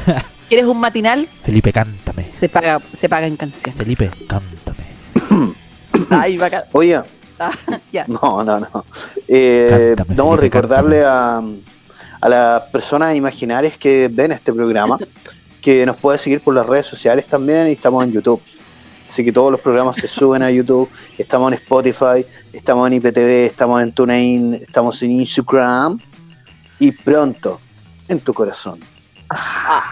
S3: ¿Quieres un matinal?
S2: Felipe, cántame.
S3: Se paga, se paga en canciones.
S2: Felipe, cántame.
S3: Ay, bacán.
S4: Oye,
S3: Ah, Ya.
S4: no, no, no. Eh,
S2: Cántame,
S4: vamos a
S2: Felipe,
S4: recordarle a, a las personas imaginarias que ven este programa que nos puede seguir por las redes sociales también y estamos en YouTube. Así que todos los programas se suben a YouTube. Estamos en Spotify, estamos en IPTV, estamos en TuneIn, estamos en Instagram y pronto en tu corazón.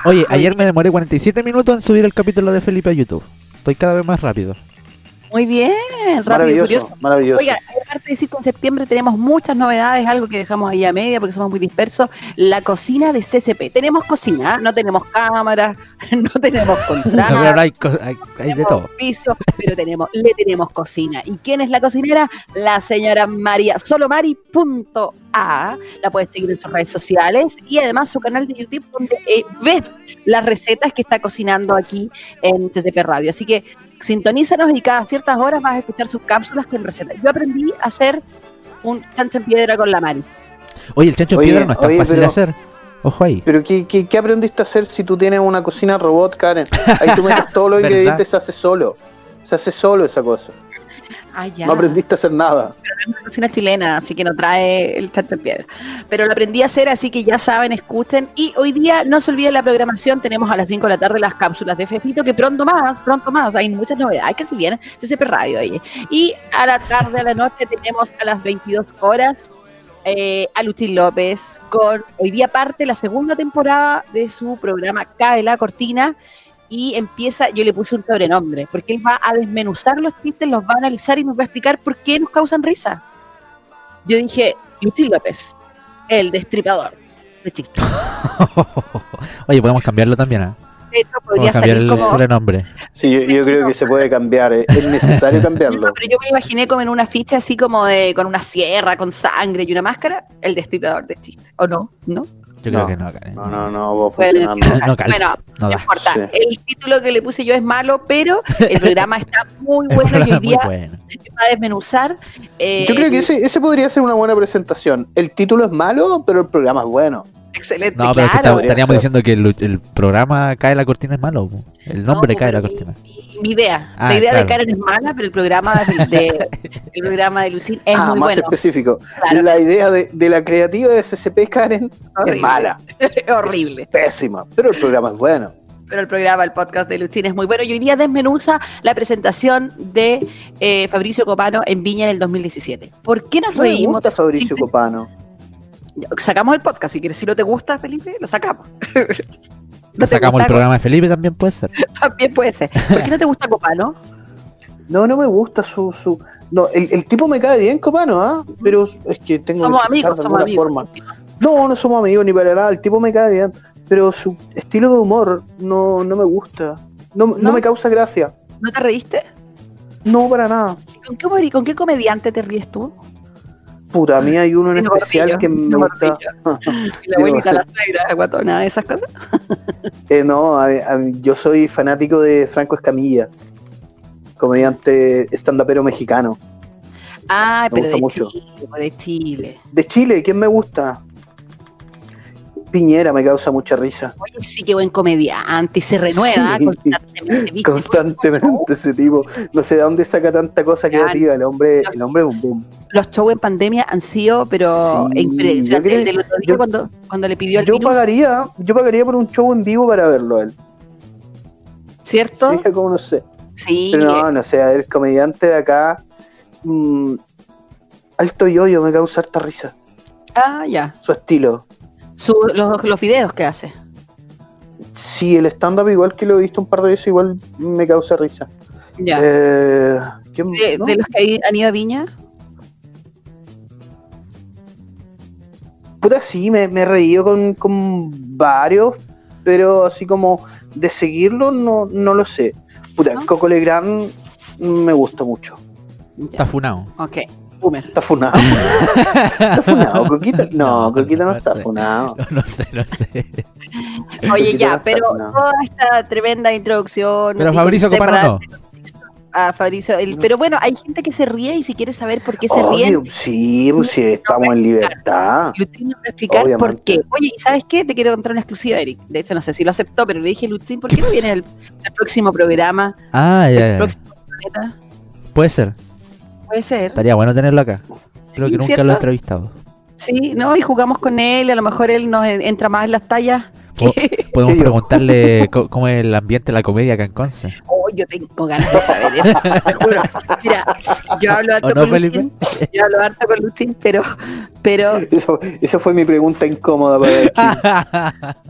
S2: Oye, ayer me demoré 47 minutos en subir el capítulo de Felipe a YouTube. Estoy cada vez más rápido.
S3: Muy bien. Rápido y
S4: Maravilloso,
S3: furioso.
S4: maravilloso.
S3: Oiga, aparte de decir que en septiembre tenemos muchas novedades, algo que dejamos ahí a media porque somos muy dispersos. La cocina de CCP. Tenemos cocina, ¿ah? no tenemos cámaras, no tenemos
S2: No, pero
S3: contratos.
S2: no hay, co- hay- hay de
S3: tenemos
S2: todo.
S3: oficio, pero tenemos, le tenemos cocina. ¿Y quién es la cocinera? La señora María, solomari.a. La puedes seguir en sus redes sociales y además su canal de YouTube donde eh, ves las recetas que está cocinando aquí en CCP Radio. Así que sintonízanos y cada ciertas horas vas a escuchar sus cápsulas con recetas. Yo aprendí a hacer un chancho en piedra con la Mari.
S2: Oye, el chancho en
S4: Oye,
S2: piedra no es tan
S4: oye,
S2: fácil de
S4: pero-
S2: hacer. Ojo ahí.
S4: Pero ¿qué, qué, qué aprendiste a hacer si tú tienes una cocina robot, Karen? Ahí tú metes todos los
S2: ¿Verdad?
S4: ingredientes, se hace solo. Se hace solo esa cosa.
S3: Ah, ya.
S4: No aprendiste a hacer nada.
S3: cocina chilena, así que no trae el chancho en piedra. Pero lo aprendí a hacer, así que ya saben, escuchen. Y hoy día no se olviden la programación, tenemos a las 5 de la tarde las cápsulas de Fefito, que pronto más, pronto más, hay muchas novedades que se vienen, CCP Radio, oye. Y a la tarde, a la noche, tenemos a las 22 horas eh, a Luchín López con hoy día parte la segunda temporada de su programa Cae la Cortina y empieza, yo le puse un sobrenombre, porque él va a desmenuzar los chistes, los va a analizar y nos va a explicar por qué nos causan risa. Yo dije, Luchín López, el destripador de chistes.
S2: Oye, podemos cambiarlo también. ¿ah?
S3: De hecho, podría
S2: Podría cambiar
S3: salir
S2: el
S3: como.
S2: sobrenombre.
S4: Sí, yo, yo creo que se puede cambiar, eh, es necesario cambiarlo.
S3: No, pero yo me imaginé como en una ficha así como de con una sierra, con sangre y una máscara, el destripador de chistes. ¿O no? ¿No?
S2: Yo creo
S4: No.
S2: que no, Karen.
S4: No, no, no, vos
S3: Puede tener que
S4: funcionando.
S3: bajar.
S2: No calza,
S3: bueno,
S2: no
S3: no
S2: da.
S3: importa.
S4: Sí.
S3: El título que le puse yo es malo, pero el programa está muy bueno y hoy
S2: Muy
S3: día
S2: bueno.
S3: se va a desmenuzar. eh,
S4: Yo creo que ese, ese podría ser una buena presentación. El título es malo, pero el programa es bueno.
S3: Excelente,
S2: No, pero es que
S3: claro.
S2: está- estaríamos diciendo que el, el programa Cae la Cortina es malo. po. El nombre
S3: No,
S2: Cae la
S3: pero
S2: Cortina.
S3: Mi, mi- mi idea.
S2: Ah,
S3: la idea
S2: claro.
S3: de Karen es mala, pero el programa de, de- el programa de Luchín es
S4: ah,
S3: muy
S4: más
S3: bueno.
S4: específico.
S3: Claro.
S4: La idea de, de la creativa de SCP Karen
S3: Horrible.
S4: es mala,
S3: Es horrible.
S4: pésima, pero el programa es bueno.
S3: Pero el programa, el podcast de Luchín es muy bueno. Y hoy día desmenuza la presentación de eh, Fabricio Copano en Viña en el 2017. ¿Por qué nos
S4: No me
S3: reímos?
S4: gusta
S3: de esos
S4: Fabricio
S3: chistes?
S4: Copano.
S3: Sacamos el podcast. Si quieres, si no te gusta, Felipe, lo sacamos.
S2: Le
S3: te
S2: sacamos
S3: gusta
S2: el programa de Felipe también puede ser.
S3: También puede ser. ¿Por qué no te gusta Copano?
S4: No, no me gusta su... su... No, el, el tipo me cae bien, Copano, ¿ah? Pero es que tengo
S3: Somos
S4: que escuchar
S3: amigos,
S4: de
S3: somos
S4: alguna
S3: amigos.
S4: forma. No, no somos amigos ni para nada, el tipo me cae bien, pero su estilo de humor no, no me gusta. No, no
S3: ¿No?
S4: me causa gracia.
S3: ¿No te reíste?
S4: No, para nada.
S3: ¿Con qué, comedi- con qué comediante te ríes tú?
S4: Puta, a mí hay uno en
S3: Tino
S4: especial
S3: Gordillo,
S4: que me
S3: Tino
S4: gusta.
S3: Y la abuelita, la suegra, la guatona, esas cosas.
S4: Eh, no, a- a- yo soy fanático de Franco Escamilla, comediante stand-upero mexicano.
S3: Ah,
S4: Me
S3: pero de
S4: gusta mucho.
S3: Chile, pues, de Chile.
S4: De Chile, ¿quién me gusta? Piñera me causa mucha risa.
S3: Oye, sí, qué buen comediante, y se renueva
S4: Sí.
S3: constantemente. ¿viste?
S4: Constantemente ese tipo.
S3: eh,
S4: No sé de dónde saca tanta cosa
S3: Claro.
S4: creativa. El hombre, el hombre es un boom.
S3: Los shows en pandemia han sido, pero
S4: Sí,
S3: impresionantes.
S4: yo
S3: El del otro día
S4: yo-
S3: cuando, cuando le pidió al
S4: Yo
S3: virus,
S4: pagaría, yo pagaría por un show en vivo para verlo a él.
S3: ¿cierto?
S4: Fija como no sé.
S3: Sí, eh,
S4: Pero no, no sé, a ver, el comediante de acá. mm, alto yoyo me causa harta risa.
S3: ah, ya.
S4: Su estilo.
S3: Su- los, los videos que hace.
S4: Sí, el stand-up, igual que lo he visto un par de veces, igual me causa risa.
S3: Ya.
S4: Eh, ¿quién-
S3: de,
S4: no?
S3: de los que ahí han ido a Viña.
S4: Puta, sí, me, me he reído con, con varios, pero así como de seguirlo, no, no lo sé. Puta,
S3: ¿No?
S4: Coco Legrand me gusta mucho.
S2: Está funado.
S3: Ok, boomer.
S4: Está funado. ¿Está funado, Coquita? No,
S2: No,
S4: Coquita no
S2: no
S4: está
S2: sé.
S4: funado.
S2: No, no sé, no sé.
S3: Oye, ya,
S4: Coquita
S3: pero
S4: no está funado.
S3: toda esta tremenda introducción.
S2: Pero
S3: nos
S2: Fabricio
S3: dice-
S2: Copano no.
S3: a ah, Fabricio. el- pero bueno, hay gente que se ríe y si quieres saber por qué se ríen,
S4: Obvio, sí, pues sí, estamos en libertad.
S3: Lutín nos va a explicar
S4: Obviamente.
S3: por qué. Oye, ¿y ¿sabes qué? Te quiero contar una exclusiva, Eric. De hecho, no sé si lo aceptó, pero le dije, Lutín, ¿por
S2: ¿Qué
S3: qué no
S2: pasó?
S3: vienes al, al próximo programa?
S2: Ah,
S3: al
S2: ya, ya.
S3: próximo planeta?
S2: Puede ser.
S3: Puede ser.
S2: Estaría bueno tenerlo acá. Creo
S3: Sí,
S2: que nunca
S3: ¿cierto?
S2: lo he entrevistado.
S3: Sí, ¿no? Y jugamos con él, a lo mejor él nos en- entra más en las tallas.
S2: Po-
S3: que-
S2: Podemos
S4: Sí, yo.
S2: preguntarle co- cómo es el ambiente de la comedia acá en Conce.
S3: Oh, yo tengo ganas de saber eso. te juro. Mira, yo hablo harto
S2: ¿O no,
S3: con
S2: Felipe?
S3: Lutín, yo hablo harto con Lutín, pero, pero,
S4: Eso, esa fue mi pregunta incómoda para Luchín.
S2: Ah,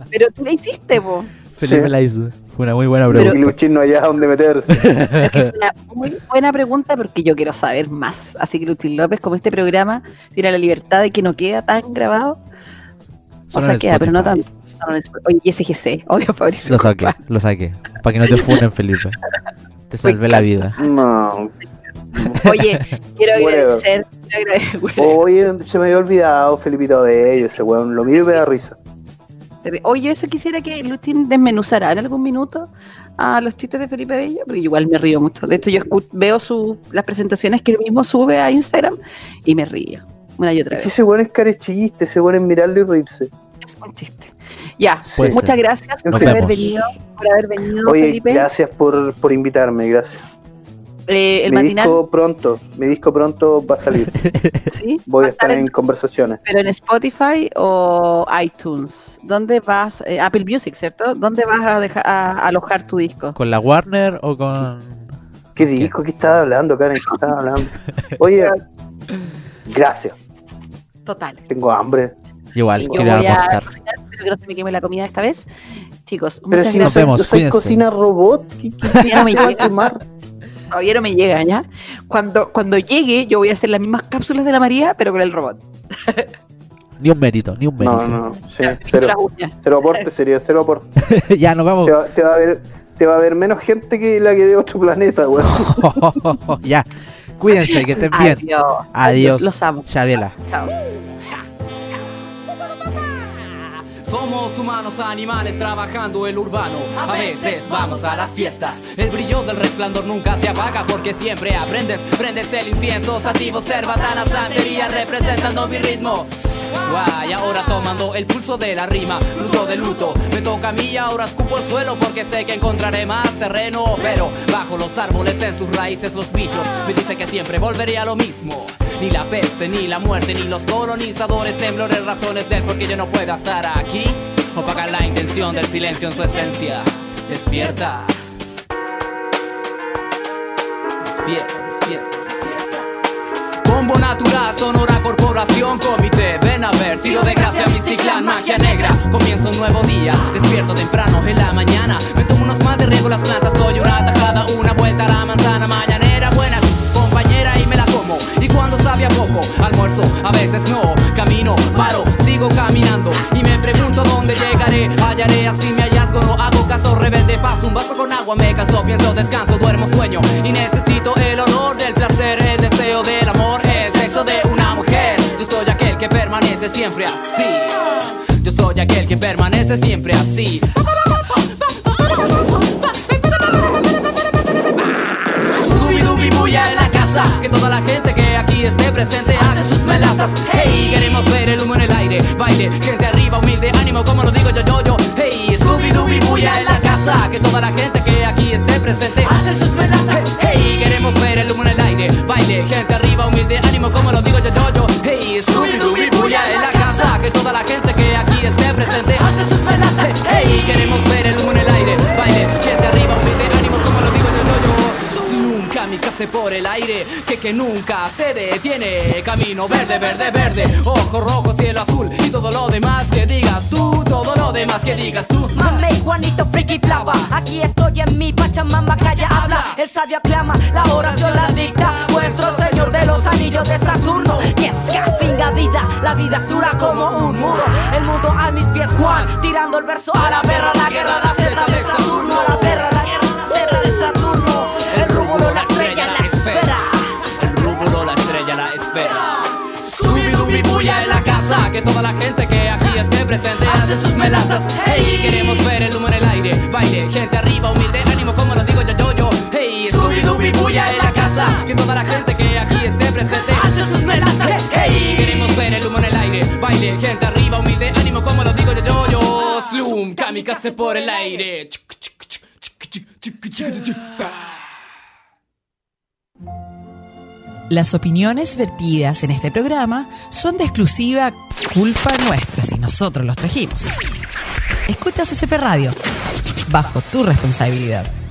S3: pero tú la hiciste, vos.
S2: Felipe
S4: Sí.
S2: la hizo. Fue una muy buena
S4: Pero
S2: pregunta.
S4: Luchín no haya dónde meterse.
S3: Creo que es una muy buena pregunta porque yo quiero saber más. Así que Lutín López, como este programa tiene la libertad de que no queda tan grabado, o
S2: Solo
S3: sea,
S2: en
S3: queda, pero no
S2: Spotify.
S3: tanto. Solo en Sp- Oye, y SGC, odio Fabricio.
S2: Lo saqué, lo saqué. Para que no te funen, Felipe. Te salvé la vida.
S4: No,
S3: Oye, quiero
S4: Whatever.
S3: agradecer. quiero agradecer-
S4: Oye, se me había olvidado Felipito de ellos, ese weón. Lo miro y me da risa.
S3: Oye, eso quisiera que Lutín desmenuzara en algún minuto a los chistes de Felipe Bello, porque igual me río mucho. De hecho, yo escu- veo su, las presentaciones que él mismo sube a Instagram y me río una y otra
S4: Es que
S3: vez.
S4: ese weón es carechillista, ese weón es mirarlo y reírse.
S3: Es un chiste. Ya,
S2: Puede ser.
S3: Muchas gracias
S4: Nos
S3: por haber,
S2: Pues, vemos.
S3: venido, por haber venido,
S4: Pues, Oye,
S3: Felipe.
S4: gracias por, por invitarme, gracias.
S3: Eh, el
S4: mi
S3: matinal,
S4: disco pronto, mi disco pronto va a salir.
S3: ¿sí?
S4: Voy
S3: Va
S4: a estar en conversaciones.
S3: Pero en Spotify o iTunes. ¿Dónde vas? eh, Apple Music, ¿cierto? ¿Dónde vas a, dejar, a alojar tu disco?
S2: ¿Con la Warner o con.?
S4: ¿Qué disco? ¿Qué estaba hablando, Karen? ¿Qué estaba hablando? Oye, gracias.
S3: Total.
S4: Tengo hambre.
S2: Igual,
S3: Yo voy
S2: quería
S3: a
S2: almorzar.
S3: cocinar, espero que no se me queme la comida esta vez. Chicos,
S4: Pero
S3: muchas
S4: si no
S2: Nos
S4: soy,
S3: gracias.
S2: vemos,
S4: no soy
S2: cuídense.
S4: cocina robot, ¿qué, qué
S3: Todavía no me
S4: te va a
S3: llega,
S4: quemar?
S3: todavía no me llega, ¿ya? Cuando, cuando llegue, yo voy a hacer las mismas cápsulas de la María, pero con el robot.
S2: ni un mérito, ni un mérito.
S4: No, no, sí,
S3: las
S4: cero,
S3: uñas.
S4: cero aporte sería, cero aporte.
S2: ya nos vamos.
S4: Te va, te va a ver, te va a ver menos gente que la que de otro planeta, weón.
S2: ya. Cuídense, que estén bien.
S3: Adiós.
S2: Adiós.
S3: Los amo.
S2: Xaviela.
S3: Chao.
S5: Somos humanos, animales, trabajando el urbano. A veces vamos a las fiestas. El brillo del resplandor nunca se apaga porque siempre aprendes. Prendes el incienso, sativo, cerbatana, santería, representando mi ritmo. Guay, ahora tomando el pulso de la rima, luto de luto. Me toca a mí, ahora escupo el suelo porque sé que encontraré más terreno. Pero bajo los árboles, en sus raíces, los bichos me dicen que siempre volvería a lo mismo. Ni la peste, ni la muerte, ni los colonizadores, temblores, razones del por qué yo no pueda estar aquí. Opaca la intención del silencio en su esencia. Despierta. Despierta, despierta, despierta. Bombo natural, sonora corporación, comité, ven a ver, tiro de gracia, misticlán, magia negra. Comienza un nuevo día, despierto temprano en la mañana. Me tomo unos más de riego las plantas, doy una tajada, una vuelta a la manzana mañanera. Buenas, compañera, y me la como. Y cuando sabe a poco, almuerzo, a veces no. Camino, paro, sigo caminando. Y me pregunto dónde llegaré, hallaré así mi hallazgo. No hago caso, rebelde, paso un vaso con agua, me canso, pienso, descanso, duermo, sueño. Y necesito el honor del placer, el deseo del amor, el sexo de una mujer. Yo soy aquel que permanece siempre así. Yo soy aquel que permanece siempre así. Dubi bulla en la casa Que toda la gente que aquí esté presente hace sus melazas Hey, queremos ver el humo en el aire Baile, gente arriba, humilde, ánimo como lo digo yo, yo, yo Hey, Scooby Dooby bulla en la casa Que toda la gente que aquí esté presente hace sus melazas Hey, queremos ver el humo en el aire Baile, gente arriba, humilde, ánimo como lo digo yo, yo, yo Hey, Scooby Dooby bulla en la casa Que toda la gente que aquí esté presente hace sus melazas Hey, queremos ver el humo en el aire Baile, gente arriba, humilde, ánimo como lo digo yo, yo, yo Nunca mi casa por el aire, que que nunca se detiene. Camino verde, verde, verde, ojo rojo, cielo azul y todo lo demás que digas tú, todo lo demás que digas tú.
S8: Mamey, Juanito, friki, flava Aquí estoy en mi pachamama, calla, habla El sabio aclama, la oración la dicta Vuestro señor de los anillos de Saturno Que finga vida, la vida es dura como un muro El mundo a mis pies, Juan Tirando el verso a la perra, la guerra, la seta de Saturno A la perra, la guerra, la seta de Saturno El rúbulo, la estrella, la esfera
S5: El rúbulo, la estrella, la esfera. Subidubi bulla en la casa, que toda la gente que aquí esté presente hace sus melazas. Hey, queremos ver el humo en el aire, baile, gente arriba, humilde, ánimo, como lo digo yo, yo, yo. Hey, subidubi bulla en la casa, que toda la gente que aquí esté presente hace sus melazas. Hey, queremos ver el humo en el aire, baile, gente arriba, humilde, ánimo, como lo digo yo, yo, yo. Slum, kamikaze por el aire.
S1: Las opiniones vertidas en este programa son de exclusiva culpa nuestra si nosotros los trajimos. Escuchas CCP Radio, bajo tu responsabilidad.